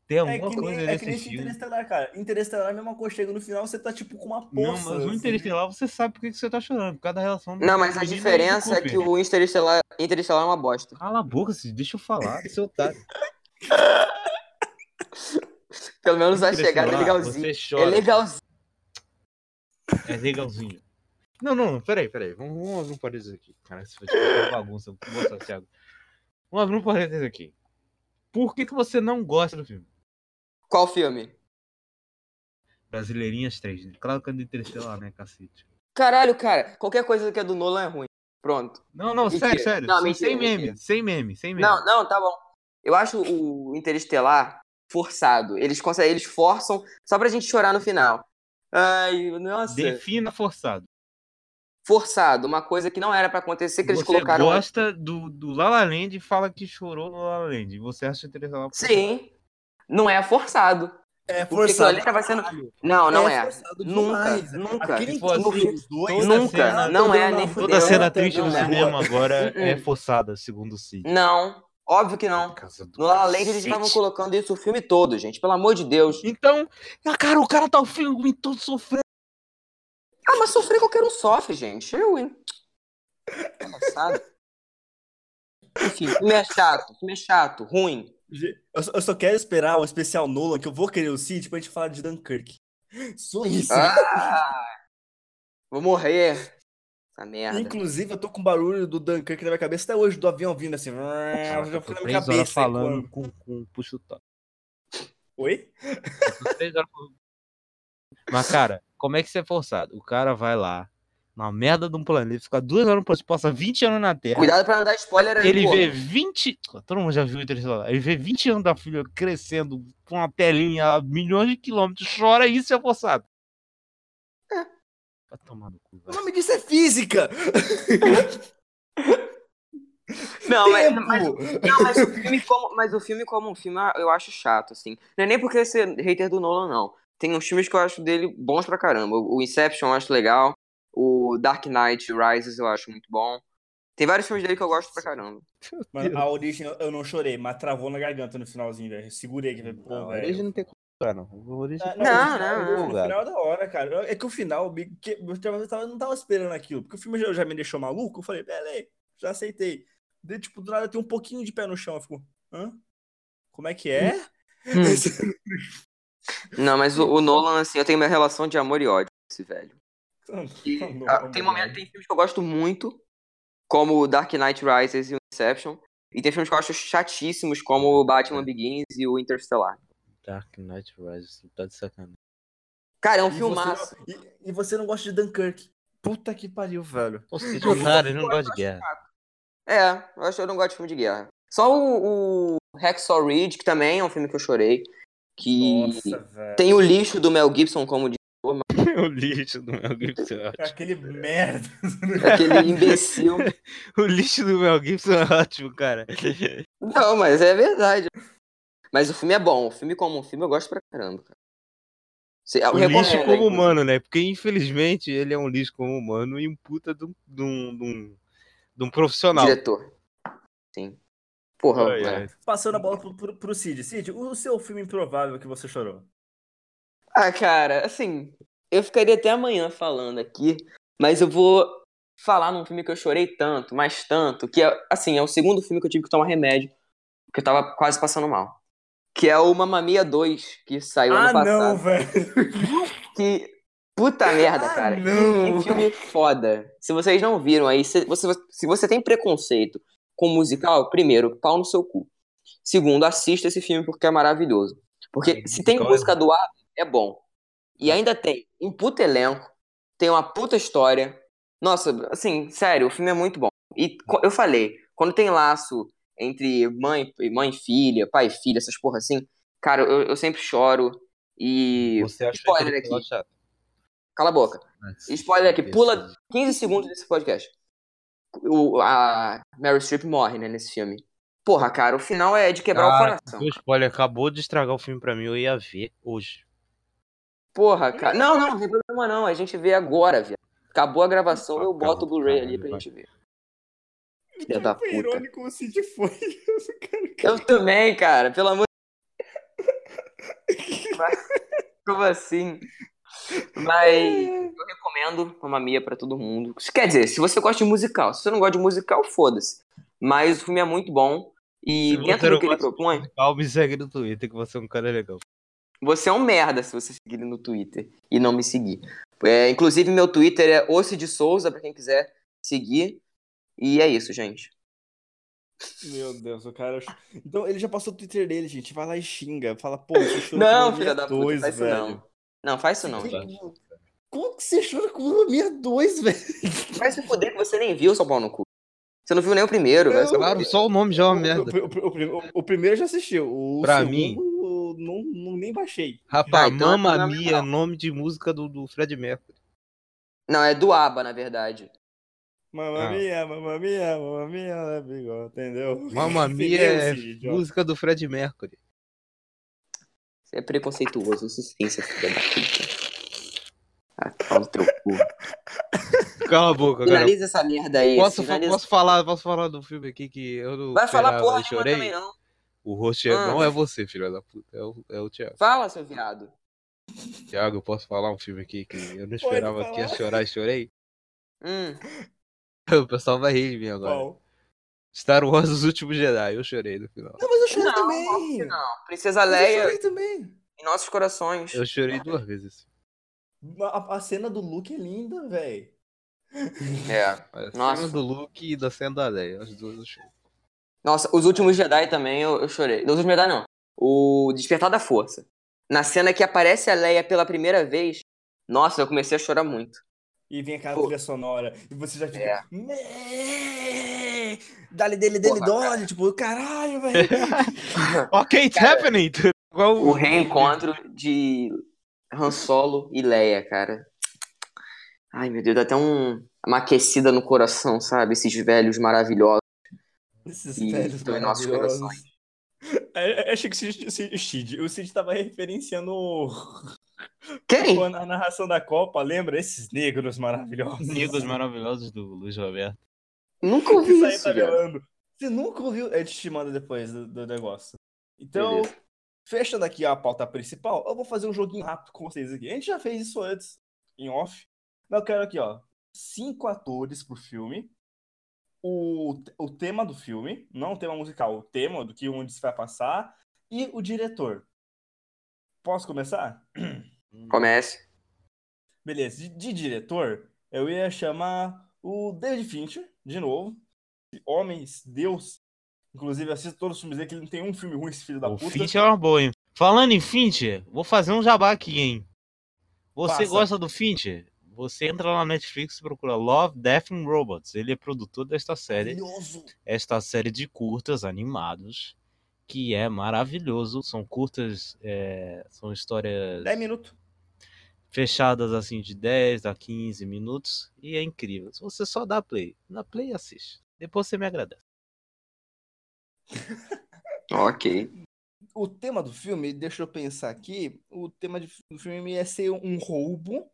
[SPEAKER 3] Tem
[SPEAKER 1] É
[SPEAKER 3] alguma
[SPEAKER 1] que nem,
[SPEAKER 3] coisa
[SPEAKER 1] é que
[SPEAKER 3] nesse
[SPEAKER 1] nem esse
[SPEAKER 3] filme.
[SPEAKER 1] Interestelar, cara. Interestelar é a mesma coisa, chega no final, você tá tipo com uma
[SPEAKER 3] Não,
[SPEAKER 1] poça.
[SPEAKER 3] mas no
[SPEAKER 1] assim.
[SPEAKER 3] Interestelar você sabe por que que você tá chorando, por causa da relação do
[SPEAKER 2] Não, mas a
[SPEAKER 3] menino e do
[SPEAKER 2] diferença é que
[SPEAKER 3] Cooper.
[SPEAKER 2] o Interestelar, Interestelar é uma bosta.
[SPEAKER 3] Cala a boca, Cid, deixa eu falar, seu otário.
[SPEAKER 2] Pelo menos a chegada é
[SPEAKER 3] Interestelar,
[SPEAKER 2] legalzinha.
[SPEAKER 3] Você
[SPEAKER 2] É
[SPEAKER 3] chora.
[SPEAKER 2] legalzinho.
[SPEAKER 3] É legalzinho. Não, não, peraí, peraí. Vamos, vamos abrir um parênteses aqui. Cara, isso foi tipo uma bagunça. Vou botar, Thiago. Vamos abrir um parênteses aqui. Por que, que você não gosta do filme?
[SPEAKER 2] Qual filme?
[SPEAKER 3] Brasileirinhas 3. Claro que é do Interestelar, né, cacete?
[SPEAKER 2] Caralho, cara, qualquer coisa que é do Nolan é ruim. Pronto.
[SPEAKER 3] Não, não,
[SPEAKER 2] Mentira.
[SPEAKER 3] sério, sério.
[SPEAKER 2] Não,
[SPEAKER 3] sem-
[SPEAKER 2] mentira,
[SPEAKER 3] sem meme,
[SPEAKER 2] mentira.
[SPEAKER 3] sem meme, sem meme.
[SPEAKER 2] Não, não, tá bom. Eu acho o Interestelar forçado. Eles conseguem, eles forçam só pra gente chorar no final. Ai, nossa.
[SPEAKER 3] Defina forçado.
[SPEAKER 2] Forçado, uma coisa que não era pra acontecer, que eles
[SPEAKER 3] Você
[SPEAKER 2] colocaram.
[SPEAKER 3] gosta do, do La La Land e fala que chorou no La La Land. Você acha Interestelar forçado?
[SPEAKER 2] Sim. Não é forçado.
[SPEAKER 1] É
[SPEAKER 2] Porque aquilo
[SPEAKER 1] forçado.
[SPEAKER 2] ali tava sendo. Não, não é.
[SPEAKER 1] forçado
[SPEAKER 2] Nunca,
[SPEAKER 1] demais.
[SPEAKER 2] nunca.
[SPEAKER 1] Aquele
[SPEAKER 3] Tipo
[SPEAKER 1] encontro
[SPEAKER 3] assim,
[SPEAKER 1] dos dois,
[SPEAKER 3] toda
[SPEAKER 1] né,
[SPEAKER 2] Nunca,
[SPEAKER 1] cara?
[SPEAKER 2] não é,
[SPEAKER 1] Todo mundo né?
[SPEAKER 2] nem
[SPEAKER 3] Toda
[SPEAKER 2] fudeu,
[SPEAKER 3] cena
[SPEAKER 1] não tem
[SPEAKER 3] triste no
[SPEAKER 1] nada.
[SPEAKER 3] cinema agora
[SPEAKER 2] Hum,
[SPEAKER 3] é
[SPEAKER 2] hum.
[SPEAKER 3] forçada, segundo o Cid.
[SPEAKER 2] Não, óbvio que não.
[SPEAKER 3] Casa do
[SPEAKER 2] No La La Land eles
[SPEAKER 3] cacete.
[SPEAKER 2] estavam colocando isso o filme todo, gente. Pelo amor de Deus.
[SPEAKER 3] Então, ah, cara, o cara tá o filme todo sofrendo.
[SPEAKER 2] Ah, mas sofrer qualquer um sofre, gente. Eu, hein? Engraçado. Enfim, filme é chato, filme é chato, ruim.
[SPEAKER 1] Eu só, eu só quero esperar o especial Nolan, que eu vou querer o Cid pra gente falar de Dunkirk. Só isso.
[SPEAKER 2] Ah, vou morrer. Essa merda.
[SPEAKER 1] Inclusive, eu tô com barulho do Dunkirk na minha cabeça até hoje, do avião vindo assim.
[SPEAKER 3] Cara,
[SPEAKER 1] já
[SPEAKER 3] eu
[SPEAKER 1] foi
[SPEAKER 3] tô
[SPEAKER 1] na minha
[SPEAKER 3] três
[SPEAKER 1] cabeça.
[SPEAKER 3] horas
[SPEAKER 1] hein,
[SPEAKER 3] falando
[SPEAKER 1] quando-
[SPEAKER 3] com com puxa o tal.
[SPEAKER 1] Oi?
[SPEAKER 3] Tô três horas falando. Mas, cara, como é que isso é forçado? O cara vai lá, na merda de um planeta, fica duas horas no planeta, passa 20 anos na Terra.
[SPEAKER 2] Cuidado pra não dar spoiler aí,
[SPEAKER 3] Ele
[SPEAKER 2] pô.
[SPEAKER 3] vê 20. Todo mundo já viu o Interestelar. Ele vê 20 anos da filha crescendo com uma telinha a milhões de quilômetros, chora e isso é forçado.
[SPEAKER 2] É.
[SPEAKER 3] Vai tomar no cu,
[SPEAKER 1] O
[SPEAKER 3] velho.
[SPEAKER 1] nome disso é física!
[SPEAKER 2] Não, mas,
[SPEAKER 1] Tempo!
[SPEAKER 2] mas- não, mas o filme como, mas o filme como um filme eu acho chato, assim. Não é nem porque ser hater do Nolan, não. Tem uns filmes que eu acho dele bons pra caramba. O o Inception eu acho legal. O Dark Knight Rises eu acho muito bom. Tem vários filmes dele que eu gosto pra caramba.
[SPEAKER 1] Mano, a origem eu- eu não chorei, mas travou na garganta no finalzinho, velho. Segurei aqui, velho. Pô,
[SPEAKER 3] Não, é, a
[SPEAKER 1] velho.
[SPEAKER 3] origem não tem como jogar, não. A origem
[SPEAKER 1] Ah,
[SPEAKER 3] tá-
[SPEAKER 2] Não,
[SPEAKER 1] o final-
[SPEAKER 2] não,
[SPEAKER 1] o
[SPEAKER 3] não.
[SPEAKER 1] final é da hora, cara. É que o final, me- que- eu tava- eu tava- não tava esperando aquilo. Porque o filme já, já me deixou maluco. Eu falei, beleza, já aceitei. Daí, tipo, do nada tem um pouquinho de pé no chão. Eu fico, hã? Como é que é?
[SPEAKER 2] Hum.
[SPEAKER 3] Hum.
[SPEAKER 2] Não, mas o, o Nolan, assim, eu tenho minha relação de amor e ódio com esse velho. E, ah, tem, momento, tem filmes que eu gosto muito, como o Dark Knight Rises e o Inception. E tem filmes que eu acho chatíssimos, como o Batman Begins e o Interstellar.
[SPEAKER 3] Dark Knight Rises, tá de sacanagem.
[SPEAKER 2] Cara, é um
[SPEAKER 1] E você,
[SPEAKER 2] filmaço.
[SPEAKER 1] não, e, e você não gosta de Dunkirk. Puta que pariu, velho.
[SPEAKER 3] Ô, Cid, otário, ele não gosta de guerra.
[SPEAKER 2] É, eu acho eu não gosto de filme de guerra. Só o, o Hacksaw Ridge, que também é um filme que eu chorei. Que
[SPEAKER 1] Nossa, velho.
[SPEAKER 2] tem o lixo do Mel Gibson, como diz
[SPEAKER 3] o lixo do Mel Gibson é ótimo.
[SPEAKER 1] Aquele merda.
[SPEAKER 2] aquele imbecil.
[SPEAKER 3] O lixo do Mel Gibson é ótimo, cara.
[SPEAKER 2] Não, mas é verdade. Mas o filme é bom. O filme como um filme eu gosto pra caramba, cara. Se- eu
[SPEAKER 3] O
[SPEAKER 2] recomendo,
[SPEAKER 3] lixo como
[SPEAKER 2] inclusive.
[SPEAKER 3] humano, né? Porque infelizmente ele é um lixo como humano e um puta de um, de um, de um, de um profissional. é.
[SPEAKER 2] Diretor. Sim. Porra,
[SPEAKER 3] Ai,
[SPEAKER 2] mano.
[SPEAKER 3] ai.
[SPEAKER 1] Passando a bola pro, pro, pro Cid. Cid, o seu filme improvável que você chorou.
[SPEAKER 2] Ah, cara, assim, eu ficaria até amanhã falando aqui, mas eu vou falar num filme que eu chorei tanto, mas tanto, que é, assim, é o segundo filme que eu tive que tomar remédio, porque eu tava quase passando mal. Que é o Mamma Mia 2, que saiu ano
[SPEAKER 1] ah,
[SPEAKER 2] passado.
[SPEAKER 1] não, velho.
[SPEAKER 2] Que puta merda,
[SPEAKER 1] Ah,
[SPEAKER 2] cara.
[SPEAKER 1] não.
[SPEAKER 3] Uhum.
[SPEAKER 2] Que um filme foda. Se vocês não viram aí, se você, se você tem preconceito com musical, primeiro, pau no seu cu. Segundo, assista esse filme porque é maravilhoso. Porque se tem
[SPEAKER 3] musical é
[SPEAKER 2] música do A, é bom. E ainda tem um puta elenco, tem uma puta história. Nossa, assim, sério, o filme é muito bom. E co- eu falei, quando tem laço entre mãe mãe e filha, pai e filha, essas porra assim, cara, eu, eu sempre choro. E
[SPEAKER 3] Você acha
[SPEAKER 2] Spoiler
[SPEAKER 3] Interestelar
[SPEAKER 2] aqui.
[SPEAKER 3] chato?
[SPEAKER 2] cala a boca. Spoiler aqui,
[SPEAKER 3] Esse-
[SPEAKER 2] pula 15 segundos desse podcast. O, a Mary Streep morre, né, nesse filme. Porra, cara, o final é de quebrar
[SPEAKER 3] Cara,
[SPEAKER 2] o coração.
[SPEAKER 3] O spoiler acabou de estragar o filme pra mim, eu ia ver hoje.
[SPEAKER 2] Porra, cara. Não, não, não tem problema não. A gente vê agora, viado. Acabou a gravação, eu boto o Blu-ray ali pra gente ver. Filha da
[SPEAKER 1] Foi
[SPEAKER 2] puta.
[SPEAKER 1] irônico o Cid foi.
[SPEAKER 2] Eu também, cara, pelo amor de Mas- Como assim? Mas eu recomendo Mamma Mia pra todo mundo. Quer dizer, se você gosta de musical, se você não gosta de musical, foda-se. Mas o filme é muito bom. E
[SPEAKER 3] Se você
[SPEAKER 2] dentro do
[SPEAKER 3] não
[SPEAKER 2] que ele
[SPEAKER 3] gosta de
[SPEAKER 2] propõe,
[SPEAKER 3] Calma, me segue no Twitter que você é um cara legal.
[SPEAKER 2] Você é um merda se você seguir ele no Twitter e não me seguir. É, inclusive, meu Twitter é Oce de Souza, pra quem quiser seguir. E é isso, gente.
[SPEAKER 1] Meu Deus, o cara. Então ele já passou o Twitter dele, gente. Vai lá e xinga. Fala, pô, você chorou.
[SPEAKER 3] é
[SPEAKER 2] não, filha da puta, faz isso não. Não, faz isso não.
[SPEAKER 1] Como que você chora com o 2002, velho.
[SPEAKER 2] Vai se fuder que você nem viu seu pau no cu. Você não viu nem o primeiro, vai se
[SPEAKER 3] Claro,
[SPEAKER 2] fuder.
[SPEAKER 3] só o nome já é uma merda.
[SPEAKER 1] O, o- o- o- o primeiro já assistiu. O
[SPEAKER 3] Pra
[SPEAKER 1] segundo,
[SPEAKER 3] mim.
[SPEAKER 1] eu Não, não- nem baixei.
[SPEAKER 3] Rapaz,
[SPEAKER 2] Ah, então é
[SPEAKER 3] Mamma
[SPEAKER 2] fundamental.
[SPEAKER 3] Mia, nome de música do, do Fred Mercury.
[SPEAKER 2] Não, é do ABA, na verdade.
[SPEAKER 1] Mamma
[SPEAKER 3] Ah.
[SPEAKER 1] mia, mamma mia, mamma mia, né, bigode, entendeu?
[SPEAKER 3] Mamma Mia
[SPEAKER 1] Entendeu,
[SPEAKER 3] é
[SPEAKER 1] esse idiota?
[SPEAKER 3] música do Fred Mercury.
[SPEAKER 2] Você é preconceituoso, isso sim, seu filho da puta. Ah, pau no teu cu.
[SPEAKER 3] Cala a boca, cara.
[SPEAKER 2] Finaliza essa merda aí.
[SPEAKER 3] Posso, fa-
[SPEAKER 2] finaliza.
[SPEAKER 3] posso falar, posso falar do filme aqui que eu não
[SPEAKER 2] Vai falar
[SPEAKER 3] esperava
[SPEAKER 2] porra
[SPEAKER 3] e
[SPEAKER 2] nenhuma
[SPEAKER 3] chorei?
[SPEAKER 2] também, não.
[SPEAKER 3] O rosto
[SPEAKER 2] Ah.
[SPEAKER 3] não é você, filho da puta. É o, é o Thiago.
[SPEAKER 2] Fala, seu viado.
[SPEAKER 3] Thiago, eu posso falar um filme aqui que eu não
[SPEAKER 1] Pode
[SPEAKER 3] esperava que ia
[SPEAKER 1] falar.
[SPEAKER 3] chorar e chorei?
[SPEAKER 2] Hum.
[SPEAKER 3] O pessoal vai rir de mim agora.
[SPEAKER 1] Qual?
[SPEAKER 3] Star Wars Os Últimos Jedi, eu chorei no final.
[SPEAKER 1] Não, mas eu chorei
[SPEAKER 2] Não,
[SPEAKER 1] também.
[SPEAKER 2] óbvio que não. Princesa
[SPEAKER 1] Mas eu
[SPEAKER 2] Leia
[SPEAKER 1] chorei também.
[SPEAKER 2] em nossos corações.
[SPEAKER 3] Eu chorei duas vezes. assim.
[SPEAKER 1] A, a cena do Luke é linda, velho.
[SPEAKER 2] É.
[SPEAKER 3] A
[SPEAKER 2] Nossa.
[SPEAKER 3] cena do Luke e da cena da Leia, as duas eu chorei.
[SPEAKER 2] Nossa, os últimos Jedi também eu, eu chorei. Não, os últimos Jedi não. O Despertar da Força. Na cena que aparece a Leia pela primeira vez, nossa, eu comecei a chorar muito.
[SPEAKER 1] E vem aquela
[SPEAKER 2] Pô.
[SPEAKER 1] trilha sonora. E você já fica.
[SPEAKER 2] É.
[SPEAKER 1] "Né!" Dale, dele, dele,
[SPEAKER 2] Porra,
[SPEAKER 1] dole. Tipo, caralho, velho.
[SPEAKER 3] Ok, it's happening! Igual
[SPEAKER 2] O reencontro de Han Solo e Leia, cara. Ai, meu Deus, dá até um, uma aquecida no coração, sabe? Esses velhos maravilhosos.
[SPEAKER 1] Esses
[SPEAKER 2] E
[SPEAKER 1] velhos
[SPEAKER 2] estão em nossos
[SPEAKER 1] maravilhosos.
[SPEAKER 2] corações.
[SPEAKER 1] É, é, Achei que o Cid- o Cid- o Cid, o Cid tava referenciando o-
[SPEAKER 2] Quem?
[SPEAKER 1] quando a narração da Copa, lembra? Esses negros maravilhosos.
[SPEAKER 3] Amigos maravilhosos do Luiz Roberto.
[SPEAKER 2] Nunca ouvi
[SPEAKER 1] Isso aí
[SPEAKER 2] isso,
[SPEAKER 1] tá
[SPEAKER 2] velho.
[SPEAKER 1] velando. Você nunca ouviu. A gente te manda depois do, do negócio. Então,
[SPEAKER 2] Beleza.
[SPEAKER 1] fechando aqui a pauta principal, eu vou fazer um joguinho rápido com vocês aqui. A gente já fez isso antes, em off. Mas eu quero aqui, ó. Cinco atores pro filme. O, o tema do filme, não o tema musical, o tema do que onde se vai passar. E o diretor. Posso começar?
[SPEAKER 2] Comece.
[SPEAKER 1] Beleza, de, de diretor, eu ia chamar o David Fincher, de novo. Homens, Deus. Inclusive, assisto todos os filmes dele, que ele não tem um filme ruim, esse filho da
[SPEAKER 3] O
[SPEAKER 1] puta.
[SPEAKER 3] Fincher é uma boa, hein? Falando em Fincher, vou fazer um jabá aqui, hein? Você
[SPEAKER 1] Faça.
[SPEAKER 3] gosta do Fincher? Você entra lá na Netflix e procura Love, Death and Robots. Ele é produtor desta série.
[SPEAKER 1] Maravilhoso.
[SPEAKER 3] esta série de curtas animados que é maravilhoso. São curtas, é, são histórias
[SPEAKER 1] 10 minutos.
[SPEAKER 3] fechadas assim de 10 a 15 minutos e é incrível. Você só dá play, dá play e assiste. Depois você me agradece.
[SPEAKER 2] Ok.
[SPEAKER 1] O tema do filme, deixa eu pensar aqui, o tema de- do filme é ser um roubo.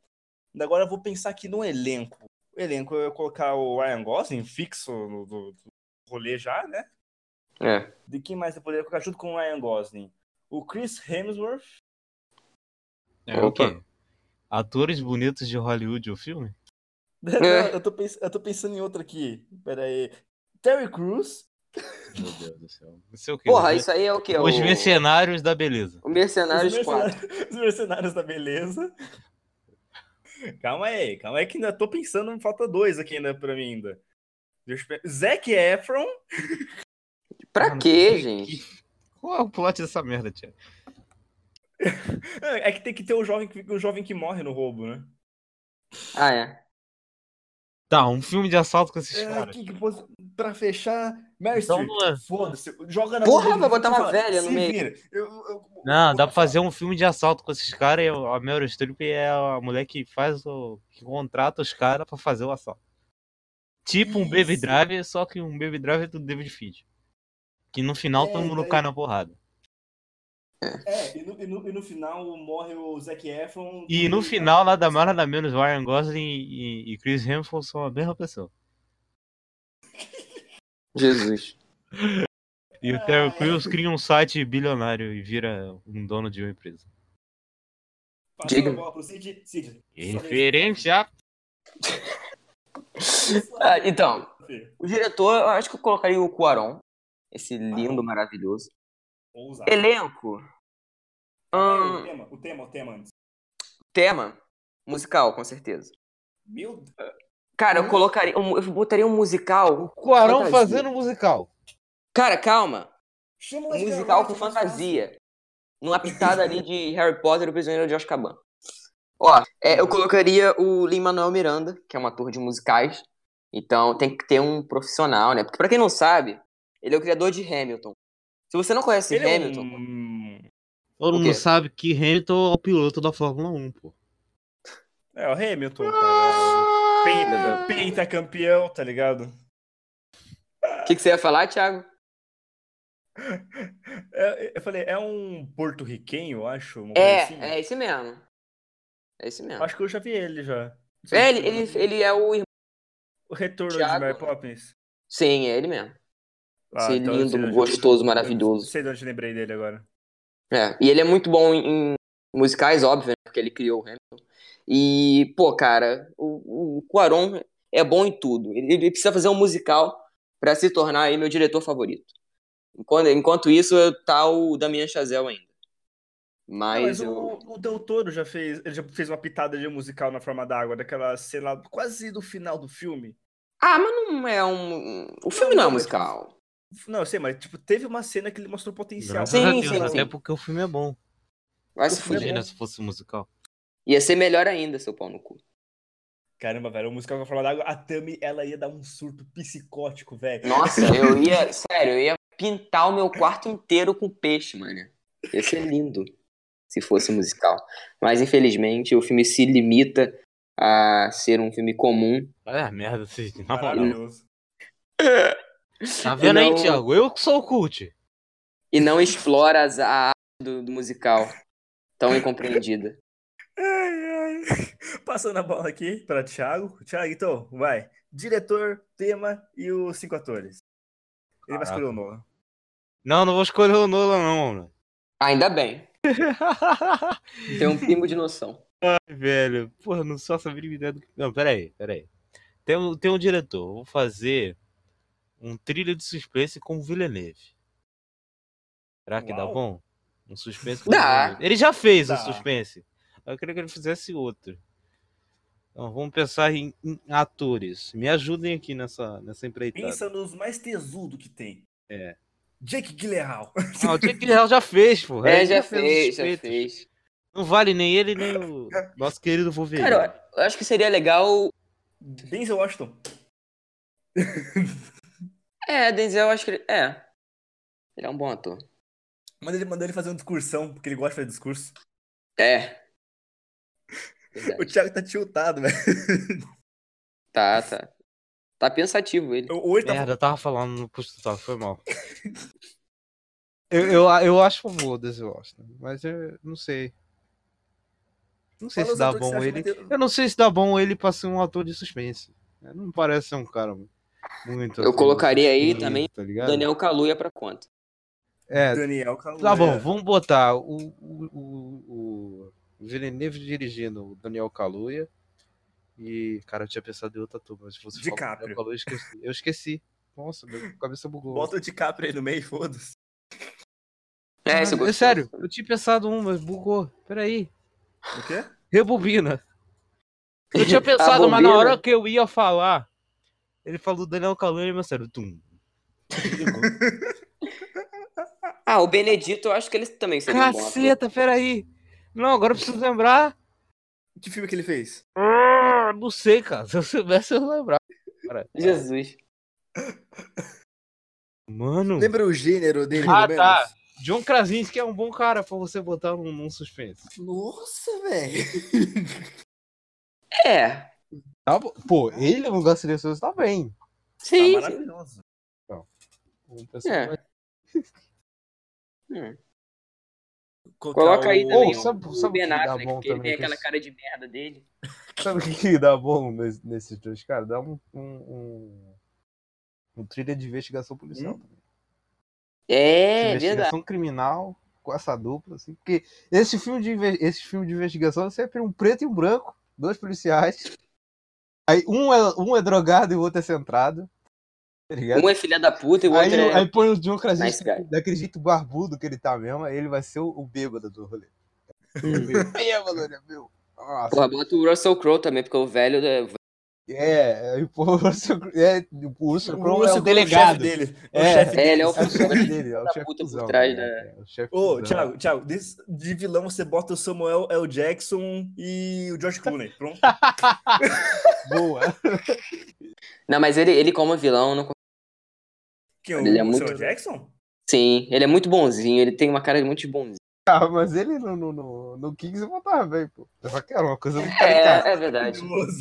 [SPEAKER 1] Agora eu vou pensar aqui no elenco. O elenco, eu ia colocar o Ryan Gosling fixo no do, do rolê já, né?
[SPEAKER 2] É.
[SPEAKER 1] De quem mais eu poderia colocar junto com o Ryan Gosling? O Chris Hemsworth.
[SPEAKER 2] É, opa.
[SPEAKER 3] Ok. Atores bonitos de Hollywood, o filme?
[SPEAKER 1] Não,
[SPEAKER 2] É.
[SPEAKER 1] eu, tô pens- eu tô pensando em outra aqui. Pera aí. Terry Crews.
[SPEAKER 3] Meu Deus do céu. Não sei o que.
[SPEAKER 2] Porra, isso aí é o quê?
[SPEAKER 3] Os
[SPEAKER 2] O-
[SPEAKER 3] Mercenários da Beleza.
[SPEAKER 2] O
[SPEAKER 1] Os
[SPEAKER 2] Mercenários 4.
[SPEAKER 1] mercenários, os mercenários da beleza. Calma aí, calma aí que ainda tô pensando, falta dois aqui ainda pra mim ainda. Deixa eu pe- Zac Efron.
[SPEAKER 2] Pra
[SPEAKER 3] Mano,
[SPEAKER 2] quê,
[SPEAKER 3] que-
[SPEAKER 2] gente?
[SPEAKER 3] Qual é o plot dessa merda, tia?
[SPEAKER 1] É que tem que ter o jovem, que- o jovem que morre no roubo, né?
[SPEAKER 2] Ah, é.
[SPEAKER 3] Tá, um filme de assalto com esses
[SPEAKER 1] É,
[SPEAKER 3] caras.
[SPEAKER 1] que, que pos- pra fechar, Mary
[SPEAKER 3] Então
[SPEAKER 1] Streep.
[SPEAKER 3] não é-
[SPEAKER 1] Foda-se, joga na
[SPEAKER 2] Porra,
[SPEAKER 1] mão dele,
[SPEAKER 2] vai botar uma
[SPEAKER 1] fala,
[SPEAKER 2] velha no
[SPEAKER 1] "Se
[SPEAKER 2] meio."
[SPEAKER 1] vira." Eu- eu- É,
[SPEAKER 3] Não, dá pra
[SPEAKER 1] eu-
[SPEAKER 3] fazer um filme de assalto com esses caras e a Meryl Streep é a mulher que faz o. que contrata os caras pra fazer o assalto. Tipo um Baby
[SPEAKER 1] Isso.
[SPEAKER 3] Driver, só que um Baby Driver do David Fincher. Que no final
[SPEAKER 1] É,
[SPEAKER 3] todo mundo
[SPEAKER 1] daí-
[SPEAKER 3] cai na porrada.
[SPEAKER 1] É, e no, e no- e no final morre o Zac Efron.
[SPEAKER 3] E no final, nada mais nada menos, Ryan Gosling e, e Chris Hemsworth são a mesma pessoa.
[SPEAKER 2] Jesus.
[SPEAKER 3] E o Terry Crews cria um site bilionário e vira um dono de uma empresa.
[SPEAKER 1] Passando
[SPEAKER 2] Diga.
[SPEAKER 1] a bola pro Cid. Cid.
[SPEAKER 3] Referência.
[SPEAKER 2] Ah, então, o diretor, eu acho que eu colocaria o Cuaron. Esse lindo, maravilhoso.
[SPEAKER 1] Ousado.
[SPEAKER 2] Elenco.
[SPEAKER 1] Ah, O
[SPEAKER 2] Ahn,
[SPEAKER 1] tema, o tema, o tema antes.
[SPEAKER 2] tema. Musical, com certeza.
[SPEAKER 1] Meu
[SPEAKER 2] Cara,
[SPEAKER 1] Hum?
[SPEAKER 2] eu colocaria. um- Eu botaria um musical.
[SPEAKER 4] Quarão
[SPEAKER 2] Fantasia.
[SPEAKER 4] fazendo musical.
[SPEAKER 2] Cara, calma.
[SPEAKER 1] Chama
[SPEAKER 2] Um
[SPEAKER 1] mais
[SPEAKER 2] musical com
[SPEAKER 1] garoto, mais fácil.
[SPEAKER 2] fantasia. Numa pitada ali de Harry Potter e o Prisioneiro de Azkaban. Ó, é, eu colocaria o Lin-Manuel Miranda, que é um ator de musicais. Então tem que ter um profissional, né? Porque pra quem não sabe, ele é o criador de Hamilton. Se você não conhece
[SPEAKER 1] Ele é
[SPEAKER 2] Hamilton,
[SPEAKER 1] um...
[SPEAKER 3] Todo
[SPEAKER 2] O
[SPEAKER 3] mundo
[SPEAKER 2] quê?
[SPEAKER 3] sabe que Hamilton é o piloto da Fórmula 1, pô.
[SPEAKER 1] É o Hamilton, tá cara. Penta, penta campeão, tá ligado?
[SPEAKER 2] o que, que você ia falar, Thiago?
[SPEAKER 1] É, eu falei, é um porto-riquenho, eu acho. uma coisa assim.
[SPEAKER 2] É, é esse mesmo. É esse mesmo.
[SPEAKER 1] Acho que eu já vi ele já.
[SPEAKER 2] É, ele, ele, ele é o irmão.
[SPEAKER 1] O retorno de
[SPEAKER 2] Thiago.
[SPEAKER 1] Mary Poppins.
[SPEAKER 2] Sim, é ele mesmo.
[SPEAKER 1] Ah,
[SPEAKER 2] Esse
[SPEAKER 1] então eu sei de
[SPEAKER 2] lindo,
[SPEAKER 1] onde-
[SPEAKER 2] gostoso,
[SPEAKER 1] eu
[SPEAKER 2] maravilhoso.
[SPEAKER 1] Sei de onde eu lembrei dele agora.
[SPEAKER 2] É, e ele é muito bom em, em musicais, óbvio, né? Porque ele criou o Hamilton. E, pô, cara, o, o Cuarón é bom em tudo. Ele, ele precisa fazer um musical pra se tornar aí meu diretor favorito. Enquanto, enquanto isso, eu- tá o Damien Chazelle ainda.
[SPEAKER 1] Ah,
[SPEAKER 2] Mas,
[SPEAKER 1] Mas
[SPEAKER 2] eu...
[SPEAKER 1] o, o Del Toro já fez, ele já fez uma pitada de musical na forma d'água, daquela cena quase do final do filme.
[SPEAKER 2] Ah, mas não é um. O filme
[SPEAKER 1] Não,
[SPEAKER 2] não, é
[SPEAKER 1] não,
[SPEAKER 2] musical.
[SPEAKER 1] Não, eu sei, mas tipo, teve uma cena que ele mostrou potencial.
[SPEAKER 3] Graças
[SPEAKER 2] Sim,
[SPEAKER 3] a
[SPEAKER 1] pra
[SPEAKER 3] Deus,
[SPEAKER 2] sim, é
[SPEAKER 1] caralho.
[SPEAKER 3] até
[SPEAKER 2] sim.
[SPEAKER 3] porque o filme é bom.
[SPEAKER 2] Vai se
[SPEAKER 1] é
[SPEAKER 2] fuder.
[SPEAKER 3] Imagina se fosse um musical.
[SPEAKER 2] Ia ser melhor ainda, seu pau no cu.
[SPEAKER 1] Caramba, velho, o musical com a forma d'água, a Tami, ela ia dar um surto psicótico, velho.
[SPEAKER 2] Nossa, eu ia. Sério, eu ia pintar o meu quarto inteiro com peixe, mano. Ia ser lindo se fosse musical. Mas infelizmente o filme se limita a ser um filme comum.
[SPEAKER 3] É, merda, vocês. Na moral.
[SPEAKER 1] Maravilhoso.
[SPEAKER 3] Tá vendo aí,
[SPEAKER 2] Não.
[SPEAKER 3] Thiago? Eu que sou o cult.
[SPEAKER 2] E não explora as- a arte do, do musical. Tão incompreendida.
[SPEAKER 1] Ai, ai. Passando a bola aqui pra Thiago. Thiago, então, vai. Diretor, tema e os cinco atores. Ele vai
[SPEAKER 3] Caraca.
[SPEAKER 1] escolher o Nolan.
[SPEAKER 3] Não, não vou escolher o Nolan, não, mano.
[SPEAKER 2] Ainda bem. Tem um primo de noção.
[SPEAKER 3] Ai, velho. Porra, não só essa mínima ideia do que. Não, peraí, peraí. Tem um, tem um diretor, eu vou fazer um trilho de suspense com o Villeneuve. Será que dá
[SPEAKER 1] Uau.
[SPEAKER 3] bom? Um suspense com o
[SPEAKER 2] Dá.
[SPEAKER 3] Villeneuve. Ele já fez
[SPEAKER 1] Dá.
[SPEAKER 3] um suspense. Eu queria que ele fizesse outro. Então, vamos pensar em, em atores. Me ajudem aqui nessa, nessa empreitada.
[SPEAKER 1] Pensa nos mais tesudo que tem.
[SPEAKER 3] É.
[SPEAKER 1] Jake Gyllenhaal.
[SPEAKER 3] Ah, o Jake Gyllenhaal já fez, porra.
[SPEAKER 2] É,
[SPEAKER 3] Ele
[SPEAKER 2] já
[SPEAKER 3] os
[SPEAKER 2] fez, já
[SPEAKER 3] suspeitos.
[SPEAKER 2] fez.
[SPEAKER 3] Não vale nem ele, nem o nosso querido Wolverine.
[SPEAKER 2] Cara, eu acho que seria legal.
[SPEAKER 1] Denzel Washington.
[SPEAKER 2] É, Denzel, eu acho que ele. É. Ele é um bom ator.
[SPEAKER 1] Manda ele, manda ele fazer um discursão, porque ele gosta de fazer discurso.
[SPEAKER 2] É.
[SPEAKER 1] O
[SPEAKER 2] Verdade.
[SPEAKER 1] Thiago tá tiltado, velho.
[SPEAKER 2] Tá, tá. Tá pensativo ele.
[SPEAKER 1] Eu- Hoje tá
[SPEAKER 3] Merda, eu tava falando no custo total, foi mal.
[SPEAKER 4] Eu, eu, eu acho bom o Denzel Washington, mas eu não sei. Não sei
[SPEAKER 1] Fala
[SPEAKER 4] se
[SPEAKER 1] os
[SPEAKER 4] dá
[SPEAKER 1] atores que
[SPEAKER 4] bom
[SPEAKER 1] você
[SPEAKER 4] ele.
[SPEAKER 1] acha que vai ter-
[SPEAKER 4] Eu não sei se dá bom ele pra ser um ator de suspense. É, Não parece ser um cara mu- muito.
[SPEAKER 2] Eu
[SPEAKER 4] assim,
[SPEAKER 2] colocaria aí
[SPEAKER 4] suspense,
[SPEAKER 2] também
[SPEAKER 4] Tá ligado?
[SPEAKER 2] Daniel Kaluuya pra conta.
[SPEAKER 4] É,
[SPEAKER 1] Daniel Kaluuya.
[SPEAKER 4] tá bom, vamos botar o, o, o, o Villeneuve dirigindo o Daniel Kaluuya. E, cara, eu tinha pensado em outra turma, mas você falou
[SPEAKER 1] DiCaprio.
[SPEAKER 4] Daniel Kaluuya, eu esqueci. Eu esqueci. Nossa, minha cabeça bugou.
[SPEAKER 1] Bota o DiCaprio aí no meio, foda-se.
[SPEAKER 2] É, esse eu
[SPEAKER 4] é
[SPEAKER 2] gostei.
[SPEAKER 4] sério, eu tinha pensado um, mas bugou. Peraí.
[SPEAKER 1] O quê?
[SPEAKER 4] Rebobina. Eu tinha
[SPEAKER 2] A
[SPEAKER 3] pensado, mas na
[SPEAKER 2] bobeira.
[SPEAKER 3] hora que eu ia falar, ele falou Daniel Calani, meu sério, tum.
[SPEAKER 2] Ah, o Benedito, eu acho que ele também seria um bom ator.
[SPEAKER 3] Caceta, peraí. Não, agora eu preciso lembrar.
[SPEAKER 1] Que filme que ele fez?
[SPEAKER 3] Ah, Não sei, cara. Se eu soubesse, eu lembrava. Cara,
[SPEAKER 2] Jesus.
[SPEAKER 3] Mano,
[SPEAKER 1] Lembra o gênero dele,
[SPEAKER 3] Ah,
[SPEAKER 1] pelo
[SPEAKER 3] tá.
[SPEAKER 1] menos?
[SPEAKER 3] John Krasinski é um bom cara pra você botar num, num suspense.
[SPEAKER 1] Nossa, velho.
[SPEAKER 2] É.
[SPEAKER 4] Tá bom. Pô, ele no lugar silencioso tá bem.
[SPEAKER 2] Sim.
[SPEAKER 1] Tá maravilhoso.
[SPEAKER 4] Vamos pensar que
[SPEAKER 2] É.
[SPEAKER 4] vai-
[SPEAKER 2] Coloca aí
[SPEAKER 1] o-
[SPEAKER 2] também
[SPEAKER 4] Oh,
[SPEAKER 2] o-
[SPEAKER 4] sabe-
[SPEAKER 2] o
[SPEAKER 4] sabe o que
[SPEAKER 2] Ben
[SPEAKER 4] dá
[SPEAKER 2] Affleck,
[SPEAKER 4] bom
[SPEAKER 2] porque ele
[SPEAKER 4] também
[SPEAKER 2] tem
[SPEAKER 4] com
[SPEAKER 2] aquela
[SPEAKER 4] esse-
[SPEAKER 2] cara de merda dele.
[SPEAKER 4] Sabe o que que dá bom nes- nesses dois caras? Dá um, um, um, um thriller de investigação policial.
[SPEAKER 1] Hum?
[SPEAKER 4] também.
[SPEAKER 2] É, verdade.
[SPEAKER 4] investigação criminal com essa dupla, assim. Porque esse filme de, inve- esse filme de investigação é sempre um preto e um branco, dois policiais. Aí um é, um é drogado e o outro é centrado. Tá ligado?
[SPEAKER 2] Um é filha da puta e o
[SPEAKER 4] Aí,
[SPEAKER 2] outro é.
[SPEAKER 4] aí põe o John
[SPEAKER 2] Nice
[SPEAKER 4] Krasinski
[SPEAKER 2] guy.
[SPEAKER 4] daquele jeito barbudo que ele tá mesmo, aí ele vai ser o, o bêbado do rolê. é
[SPEAKER 2] Hum.
[SPEAKER 4] Bêbado, né, meu? Nossa,
[SPEAKER 2] Porra, bota o Russell Crowe também, porque o velho é-
[SPEAKER 3] É, e o Urso, é, o Urso
[SPEAKER 1] O Urso
[SPEAKER 3] Crow é o
[SPEAKER 1] Crow é
[SPEAKER 3] delegado.
[SPEAKER 1] dele. É. O
[SPEAKER 3] É.
[SPEAKER 1] chefe
[SPEAKER 2] É, ele é o
[SPEAKER 3] É o
[SPEAKER 2] funcionário.
[SPEAKER 3] chefe dele, é o
[SPEAKER 2] da
[SPEAKER 3] chefe
[SPEAKER 2] puta por
[SPEAKER 3] cuzão,
[SPEAKER 2] trás
[SPEAKER 3] né?
[SPEAKER 2] da-
[SPEAKER 3] É o chefe
[SPEAKER 1] Ô,
[SPEAKER 3] cuzão.
[SPEAKER 1] Thiago, Thiago, des- de vilão você bota o Samuel L. Jackson e o George Clooney. Pronto.
[SPEAKER 3] Boa.
[SPEAKER 2] Não, mas ele, ele como vilão, não... con-
[SPEAKER 1] Quem, o
[SPEAKER 2] Ele é
[SPEAKER 1] Samuel
[SPEAKER 2] muito-
[SPEAKER 1] Jackson?
[SPEAKER 2] Sim, ele é muito bonzinho, ele tem uma cara de muito de bonzinho.
[SPEAKER 3] Ah, mas ele no, no, no, no Kings eu botava bem, pô. Eu só quero uma coisa muito caricata.
[SPEAKER 2] É, é verdade.
[SPEAKER 1] Maravilhoso.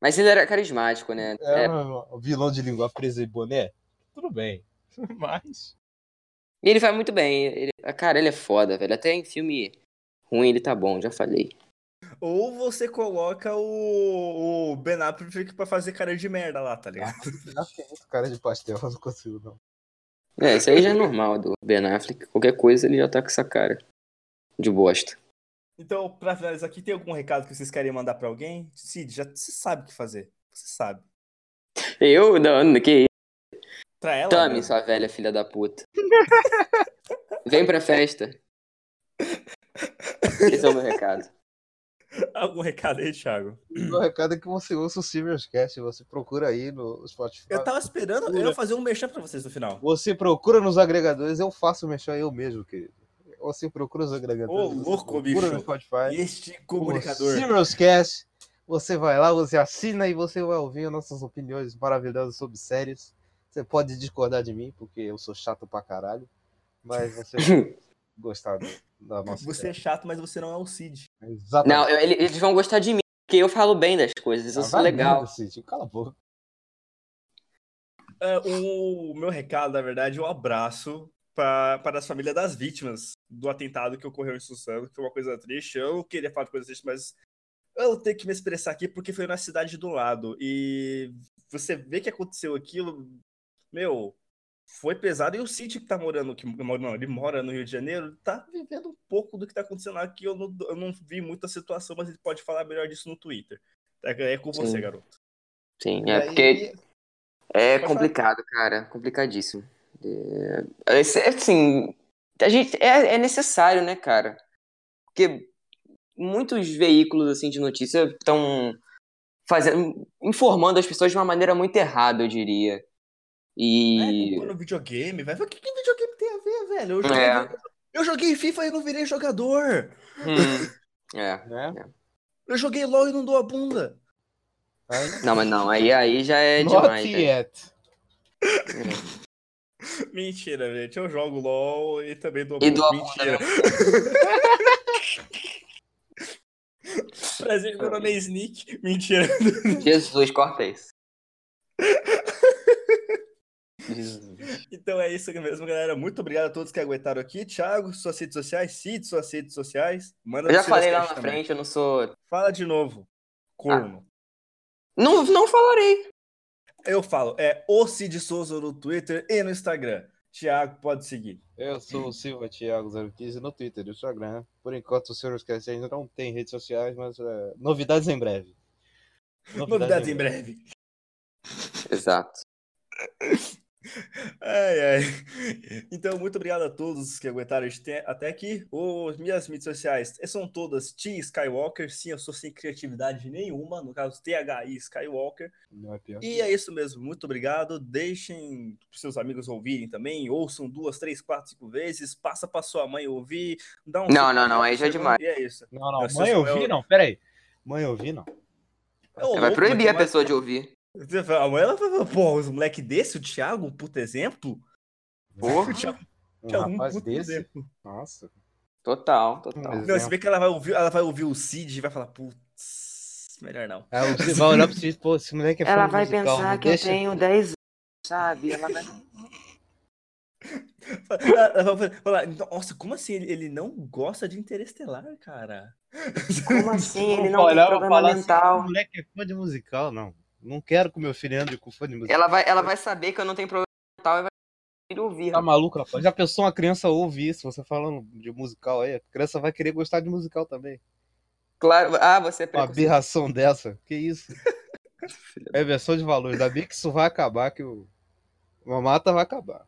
[SPEAKER 2] Mas ele era carismático, né?
[SPEAKER 3] É,
[SPEAKER 2] É.
[SPEAKER 3] um vilão de língua presa e boné. Tudo bem. Mas.
[SPEAKER 2] E ele vai muito bem. Ele... Cara, ele é foda, velho. Até em filme ruim ele tá bom, já falei.
[SPEAKER 1] Ou você coloca o, o Ben Affleck pra fazer cara de merda lá, tá ligado?
[SPEAKER 3] Acho que é muito cara de pastel, eu não consigo, não.
[SPEAKER 2] É, isso aí já é normal do Ben Affleck. Qualquer coisa ele já tá com essa cara de bosta.
[SPEAKER 1] Então, pra finalizar aqui, tem algum recado que vocês querem mandar pra alguém? Cid, já você sabe o que fazer. Você sabe.
[SPEAKER 2] Eu? Não, que isso.
[SPEAKER 1] Pra ela.
[SPEAKER 2] Tame,
[SPEAKER 1] né?
[SPEAKER 2] sua velha filha da puta. Vem pra festa. Esse é o meu recado.
[SPEAKER 1] Algum recado aí, Thiago?
[SPEAKER 3] O meu recado é que você ouça o Silvercast, você procura aí no Spotify.
[SPEAKER 1] Eu tava esperando eu fazer um merchan pra vocês no final.
[SPEAKER 3] Você procura nos agregadores, eu faço o merchan eu mesmo, querido. Você procura os
[SPEAKER 1] Ô,
[SPEAKER 3] agregadores. você
[SPEAKER 1] louco,
[SPEAKER 3] procura
[SPEAKER 1] bicho.
[SPEAKER 3] no Spotify.
[SPEAKER 1] Este
[SPEAKER 3] O
[SPEAKER 1] comunicador.
[SPEAKER 3] Silvercast. Você vai lá, você assina e você vai ouvir nossas opiniões maravilhosas sobre séries. Você pode discordar de mim, porque eu sou chato pra caralho. Mas você vai gostar do- da nossa
[SPEAKER 1] Você é
[SPEAKER 3] série.
[SPEAKER 1] chato, mas você não é o Cid.
[SPEAKER 3] Exatamente.
[SPEAKER 2] Não, eu- ele- eles vão gostar de mim, porque eu falo bem das coisas. Eu
[SPEAKER 3] Ah,
[SPEAKER 2] sou
[SPEAKER 3] vai
[SPEAKER 2] legal.
[SPEAKER 3] merda, Cid, Cala a boca.
[SPEAKER 1] É, o meu recado, na verdade, é um abraço pra- para as famílias das vítimas do atentado que ocorreu em Suzano, que foi uma coisa triste. Eu não queria falar de coisa triste, mas eu tenho que me expressar aqui porque foi na cidade do lado. E você vê que aconteceu aquilo, meu, foi pesado. E o sítio que tá morando, que mora- não, ele mora no Rio de Janeiro, tá vivendo um pouco do que tá acontecendo lá, que eu não, eu não vi muita situação, mas ele pode falar melhor disso no Twitter. É com você,
[SPEAKER 2] Sim.
[SPEAKER 1] garoto.
[SPEAKER 2] Sim,
[SPEAKER 3] E
[SPEAKER 2] é
[SPEAKER 3] aí-
[SPEAKER 2] porque É
[SPEAKER 1] Pode
[SPEAKER 2] complicado, cara. Complicadíssimo. É, é, assim, a gente, é, é necessário, né, cara? Porque muitos veículos assim de notícia estão fazendo, informando as pessoas de uma maneira muito errada, eu diria.
[SPEAKER 1] É,
[SPEAKER 2] E
[SPEAKER 1] culpa no videogame, velho. O que, que videogame tem a ver, velho? Eu joguei,
[SPEAKER 2] É.
[SPEAKER 1] eu joguei FIFA e não virei jogador.
[SPEAKER 2] Hum, é.
[SPEAKER 3] Né?
[SPEAKER 1] Eu joguei LOL e não dou a bunda.
[SPEAKER 3] Aí-
[SPEAKER 2] Não, mas não, aí, aí já é
[SPEAKER 3] Not
[SPEAKER 2] demais. né?
[SPEAKER 3] yet.
[SPEAKER 1] Mentira, gente. Eu jogo LOL e também dou a
[SPEAKER 2] E
[SPEAKER 1] bunda.
[SPEAKER 2] do né?
[SPEAKER 1] Mentira. Prazer, meu nome é Sneak. Mentira.
[SPEAKER 2] Jesus, corta isso. Jesus.
[SPEAKER 1] Então é isso mesmo, galera. Muito obrigado a todos que aguentaram aqui. Thiago, suas redes sociais. Cid, suas redes sociais. Manda
[SPEAKER 2] Eu já
[SPEAKER 1] no
[SPEAKER 2] falei lá
[SPEAKER 1] Sidascast
[SPEAKER 2] na
[SPEAKER 1] também.
[SPEAKER 2] frente, eu não sou.
[SPEAKER 1] Fala de novo. Corno.
[SPEAKER 2] Não, não falarei.
[SPEAKER 1] Eu falo, é o Cid Souza no Twitter e no Instagram. Thiago, pode seguir.
[SPEAKER 3] Eu sou o Silva Thiago 015 no Twitter e no Instagram. Por enquanto, o Silvercast ainda não tem redes sociais, mas é, novidades em breve.
[SPEAKER 1] Novidades em breve.
[SPEAKER 2] Exato.
[SPEAKER 1] Ai, ai. Então, muito obrigado a todos que aguentaram este- até aqui. Os, minhas mídias sociais eh, são todas T Skywalker. Sim, eu sou sem criatividade nenhuma. No caso, THI Skywalker.
[SPEAKER 3] Não é pior.
[SPEAKER 1] E é isso mesmo. Muito obrigado. Deixem seus amigos ouvirem também. Ouçam duas, três, quatro, cinco vezes. Passa pra sua mãe ouvir. Dá um
[SPEAKER 2] Não,
[SPEAKER 1] suco
[SPEAKER 2] não, não,
[SPEAKER 1] pra
[SPEAKER 2] aí já é
[SPEAKER 1] você,
[SPEAKER 2] demais.
[SPEAKER 1] E é isso.
[SPEAKER 3] Não, não.
[SPEAKER 1] Nossa,
[SPEAKER 3] Mãe, eu
[SPEAKER 1] Samuel-
[SPEAKER 3] vi não. Pera aí. Mãe, eu vi não.
[SPEAKER 1] Ô, louco,
[SPEAKER 2] Vai proibir a
[SPEAKER 1] mas-
[SPEAKER 2] pessoa de ouvir.
[SPEAKER 1] Você fala, Amanhã ela vai falar, pô, os moleque desse, o Thiago, um puto exemplo.
[SPEAKER 2] Porra.
[SPEAKER 1] O Thiago,
[SPEAKER 3] Um
[SPEAKER 1] Tinha algum
[SPEAKER 3] rapaz
[SPEAKER 1] puto
[SPEAKER 3] desse?
[SPEAKER 1] exemplo.
[SPEAKER 3] Nossa.
[SPEAKER 2] Total, total.
[SPEAKER 3] Mas- é
[SPEAKER 1] Não, se bem que ela vai ouvir, ela vai ouvir o Cid e vai falar, putz, melhor não.
[SPEAKER 3] Ah, você vai olhar pra você pô, esse moleque é fã
[SPEAKER 2] Ela
[SPEAKER 3] de
[SPEAKER 2] vai
[SPEAKER 3] musical,
[SPEAKER 2] pensar
[SPEAKER 3] não
[SPEAKER 2] que
[SPEAKER 3] deixa-
[SPEAKER 2] eu tenho 10 anos, sabe? Ela vai...
[SPEAKER 1] Ela vai falar, nossa, como assim? Ele, ele não gosta de Interestelar, cara.
[SPEAKER 2] Como assim? Ele
[SPEAKER 3] Vou
[SPEAKER 2] não tem
[SPEAKER 3] olhar,
[SPEAKER 2] problema
[SPEAKER 3] falar assim,
[SPEAKER 2] mental.
[SPEAKER 3] "Esse moleque é fã de musical, não. Não quero que o meu filho ande com fã de musical.
[SPEAKER 2] Ela vai, ela vai saber que eu não tenho problema mental e vai ele ouvir.
[SPEAKER 3] Tá maluco, rapaz? Já pensou uma criança ouvir isso? Você falando de musical aí, a criança vai querer gostar de musical também.
[SPEAKER 2] Claro. Ah, você é
[SPEAKER 3] Uma
[SPEAKER 2] preconceituoso.
[SPEAKER 3] aberração dessa. Que isso? É versão de valores. Ainda bem que isso vai acabar, que o. Uma mata vai acabar.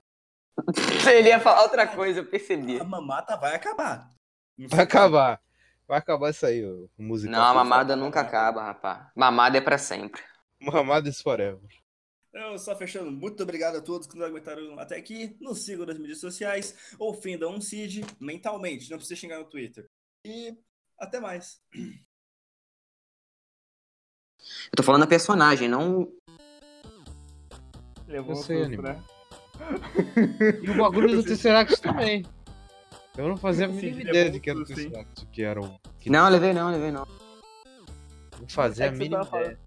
[SPEAKER 2] Ele ia falar outra coisa, eu percebi.
[SPEAKER 1] A mamata vai acabar.
[SPEAKER 3] Vai acabar. Vai Vai acabar isso aí, o musical.
[SPEAKER 2] Não, a mamada nunca
[SPEAKER 3] né?
[SPEAKER 2] acaba, rapá. Mamada é pra sempre.
[SPEAKER 3] Mamada is forever.
[SPEAKER 1] Então, só fechando, muito obrigado a todos que nos aguentaram até aqui. Nos sigam nas mídias sociais, ofenda um Cid mentalmente, não precisa xingar no Twitter. E até mais.
[SPEAKER 2] Eu tô falando a personagem, não.
[SPEAKER 3] Eu
[SPEAKER 6] Levou
[SPEAKER 3] sei,
[SPEAKER 6] tudo
[SPEAKER 3] anime.
[SPEAKER 6] pra.
[SPEAKER 3] E o bagulho do Tesseract também. Eu não fazia a mínima
[SPEAKER 1] Sim,
[SPEAKER 3] ideia
[SPEAKER 1] é
[SPEAKER 3] de que era o
[SPEAKER 1] bom, sim.
[SPEAKER 3] Tesseract, que era um. Que
[SPEAKER 2] Não, levei não, levei não.
[SPEAKER 3] não
[SPEAKER 6] É
[SPEAKER 3] fazia a
[SPEAKER 6] que você
[SPEAKER 3] mínima
[SPEAKER 6] tava falando.
[SPEAKER 3] ideia.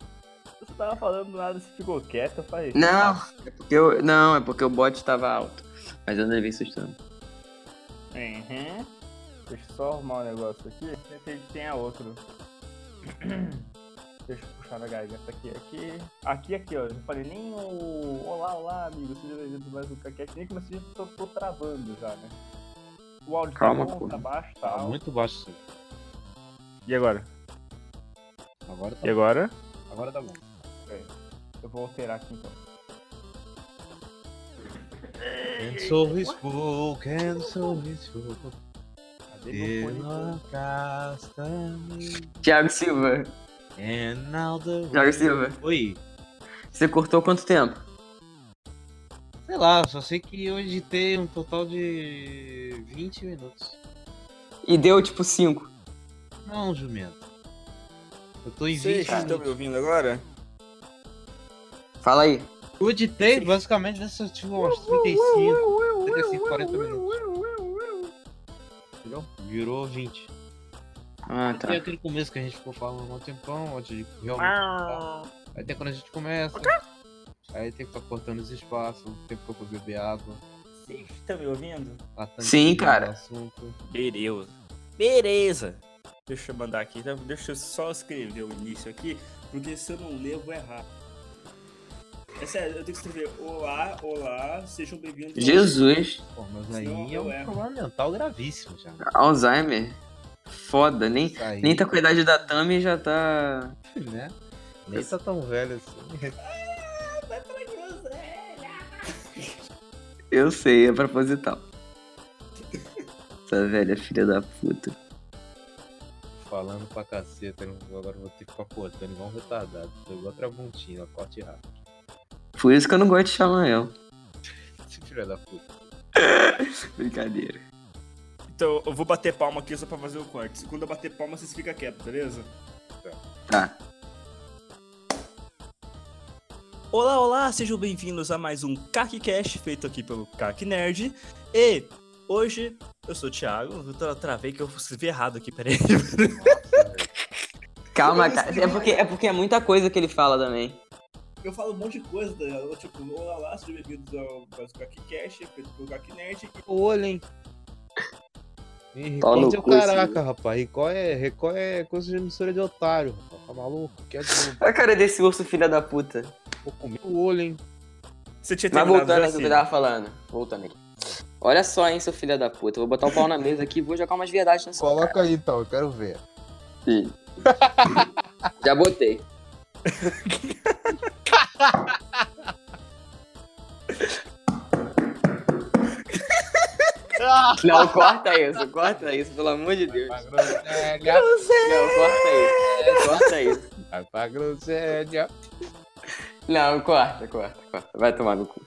[SPEAKER 6] Você tava falando do nada, você ficou quieto, eu falei.
[SPEAKER 2] Não, é porque eu, não, é porque o bot tava alto. Mas eu não levei sustando.
[SPEAKER 6] Uhum. Deixa eu só arrumar um negócio aqui. Tem, tem a outro. Deixa eu puxar na garganta aqui, aqui. Aqui, aqui, ó. Não falei nem o. Olá, olá, amigo. Seja bem-vindo a mais um Caquete. Nem comecei, tô, tô travando já, né? O áudio
[SPEAKER 2] Calma,
[SPEAKER 6] tá,
[SPEAKER 2] pô.
[SPEAKER 6] bom, tá baixo,
[SPEAKER 3] Tá
[SPEAKER 6] tá. alto.
[SPEAKER 3] muito baixo isso.
[SPEAKER 6] E agora?
[SPEAKER 3] Agora tá,
[SPEAKER 6] E agora?
[SPEAKER 3] agora tá bom.
[SPEAKER 6] Eu vou alterar aqui então.
[SPEAKER 3] And so he spoke, and so he spoke.
[SPEAKER 6] Cadê meu
[SPEAKER 3] till
[SPEAKER 6] fone?
[SPEAKER 3] I cast a me-
[SPEAKER 2] Thiago Silva,
[SPEAKER 3] And now the.
[SPEAKER 2] Thiago Silva,
[SPEAKER 3] Oi.
[SPEAKER 2] você cortou quanto tempo?
[SPEAKER 3] Sei lá, só sei que eu editei um total de 20 minutos.
[SPEAKER 2] E deu tipo 5.
[SPEAKER 3] Não, é um jumento. Eu tô em 20
[SPEAKER 1] Vocês estão me
[SPEAKER 3] minutos.
[SPEAKER 1] ouvindo agora?
[SPEAKER 2] Fala aí.
[SPEAKER 3] Eu editei basicamente nessa tipo uns 35, 35, 40 minutos. Entendeu? Virou 20.
[SPEAKER 2] Ah, tá.
[SPEAKER 3] Tem aquele começo que a gente ficou falando há um tempão, antes de realmente. Aí tem quando a gente começa. Aí tem que tá cortando os espaços, o tempo que eu vou beber água.
[SPEAKER 7] Vocês estão me ouvindo?
[SPEAKER 3] tratando
[SPEAKER 2] Sim,
[SPEAKER 3] de
[SPEAKER 2] cara.
[SPEAKER 3] assunto.
[SPEAKER 1] Beleza. Beleza. Deixa eu mandar aqui, tá? deixa eu só escrever o início aqui, porque se eu não ler eu vou errar. É sério, eu tenho que escrever olá, olá, sejam bem-vindos. ao-
[SPEAKER 2] Jesus,
[SPEAKER 3] Pô, mas aí
[SPEAKER 1] Senão
[SPEAKER 3] é
[SPEAKER 1] eu
[SPEAKER 3] um
[SPEAKER 1] erro.
[SPEAKER 3] problema mental gravíssimo já.
[SPEAKER 2] Alzheimer. Foda, nem,
[SPEAKER 3] Isso aí,
[SPEAKER 2] nem tá com a idade da Tami e já tá.
[SPEAKER 3] né? Nem tá tão velho assim.
[SPEAKER 2] Eu sei, é proposital. Essa velha filha da puta.
[SPEAKER 3] Falando pra caceta, eu não- agora eu vou ter que ficar cortando igual um retardado. Tô igual a Tramontina, corte rápido.
[SPEAKER 2] Por isso que eu não gosto de chamar ela.
[SPEAKER 3] Esse filho da puta.
[SPEAKER 2] Brincadeira.
[SPEAKER 1] Então eu vou bater palma aqui só pra fazer o corte. Se Quando eu bater palma, vocês ficam quietos, beleza?
[SPEAKER 2] Tá.
[SPEAKER 1] Olá, olá, sejam bem-vindos a mais um CACCast feito aqui pelo CAC Nerd. E hoje eu sou o Thiago, eu tra- travei que eu escrevi errado aqui, peraí.
[SPEAKER 2] Calma, cara. É porque, é porque é muita coisa que ele fala também.
[SPEAKER 1] Eu falo um monte de coisa, tá ligado? tipo, olá, olá, sejam bem-vindos ao mais um CACCast feito pelo CAC Nerd.
[SPEAKER 3] O olho, hein? Ih,
[SPEAKER 2] Pau no
[SPEAKER 3] Record é o
[SPEAKER 2] cu, esse
[SPEAKER 3] caraca, rapaz. Record é, Record é coisa de emissora de otário, rapaz. Tá maluco? Quer dizer,
[SPEAKER 2] Olha a cara desse urso, filha da puta.
[SPEAKER 3] vou comer o olho, hein?
[SPEAKER 1] Você tinha
[SPEAKER 2] Mas
[SPEAKER 1] terminado
[SPEAKER 2] voltando
[SPEAKER 1] já,
[SPEAKER 2] ao que
[SPEAKER 1] Cid?
[SPEAKER 2] eu tava falando. Voltando aqui. Olha só, hein, seu filho da puta. Vou botar o pau na mesa aqui e vou jogar umas verdades nessa cara.
[SPEAKER 3] Coloca aí então, eu quero ver.
[SPEAKER 2] Ih. Já botei. Não, corta isso, corta isso, pelo amor de Deus.
[SPEAKER 3] Vai pra groselha,
[SPEAKER 2] Não, corta isso, é, corta isso.
[SPEAKER 3] vai pra groselha.
[SPEAKER 2] Não, corta, corta, corta. Vai tomar no cu.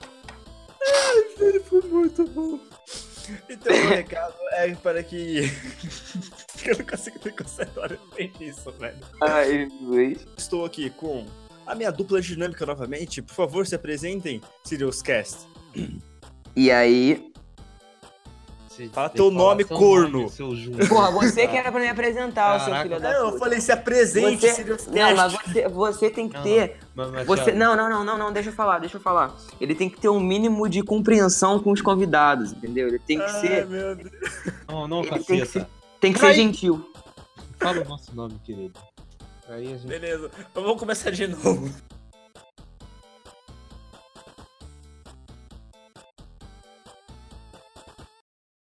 [SPEAKER 1] Foi muito bom. Então, o recado é para que. eu não consigo ter concentrado nem isso, velho.
[SPEAKER 2] Ai, Luiz.
[SPEAKER 1] Estou aqui com a minha dupla dinâmica novamente. Por favor, se apresentem, Sirius Cast.
[SPEAKER 2] E aí?
[SPEAKER 3] Se-
[SPEAKER 1] Fala
[SPEAKER 3] se
[SPEAKER 1] teu
[SPEAKER 3] falar
[SPEAKER 1] nome,
[SPEAKER 3] seu
[SPEAKER 1] corno.
[SPEAKER 3] seu junto.
[SPEAKER 2] Porra, você que é- era pra me apresentar, o seu
[SPEAKER 3] Caraca. É,
[SPEAKER 2] filho da puta.
[SPEAKER 1] Não, eu falei, se apresente,
[SPEAKER 2] Você-
[SPEAKER 1] Sirius Cast.
[SPEAKER 2] Não, mas você, você tem que
[SPEAKER 3] Não,
[SPEAKER 2] ter
[SPEAKER 3] Mas, mas,
[SPEAKER 2] Você,
[SPEAKER 3] Thiago,
[SPEAKER 2] não, não, não, não, não, deixa eu falar, deixa eu falar. Ele tem que ter um mínimo de compreensão com os convidados, entendeu? Ele tem que
[SPEAKER 1] Ai,
[SPEAKER 2] ser,
[SPEAKER 1] Ah, meu Deus.
[SPEAKER 3] Não, não,
[SPEAKER 2] Ele tem que
[SPEAKER 3] caceta.
[SPEAKER 2] tem que ser gentil.
[SPEAKER 3] Fala o nosso nome, querido. Aí a gente.
[SPEAKER 1] Beleza, vamos começar de novo.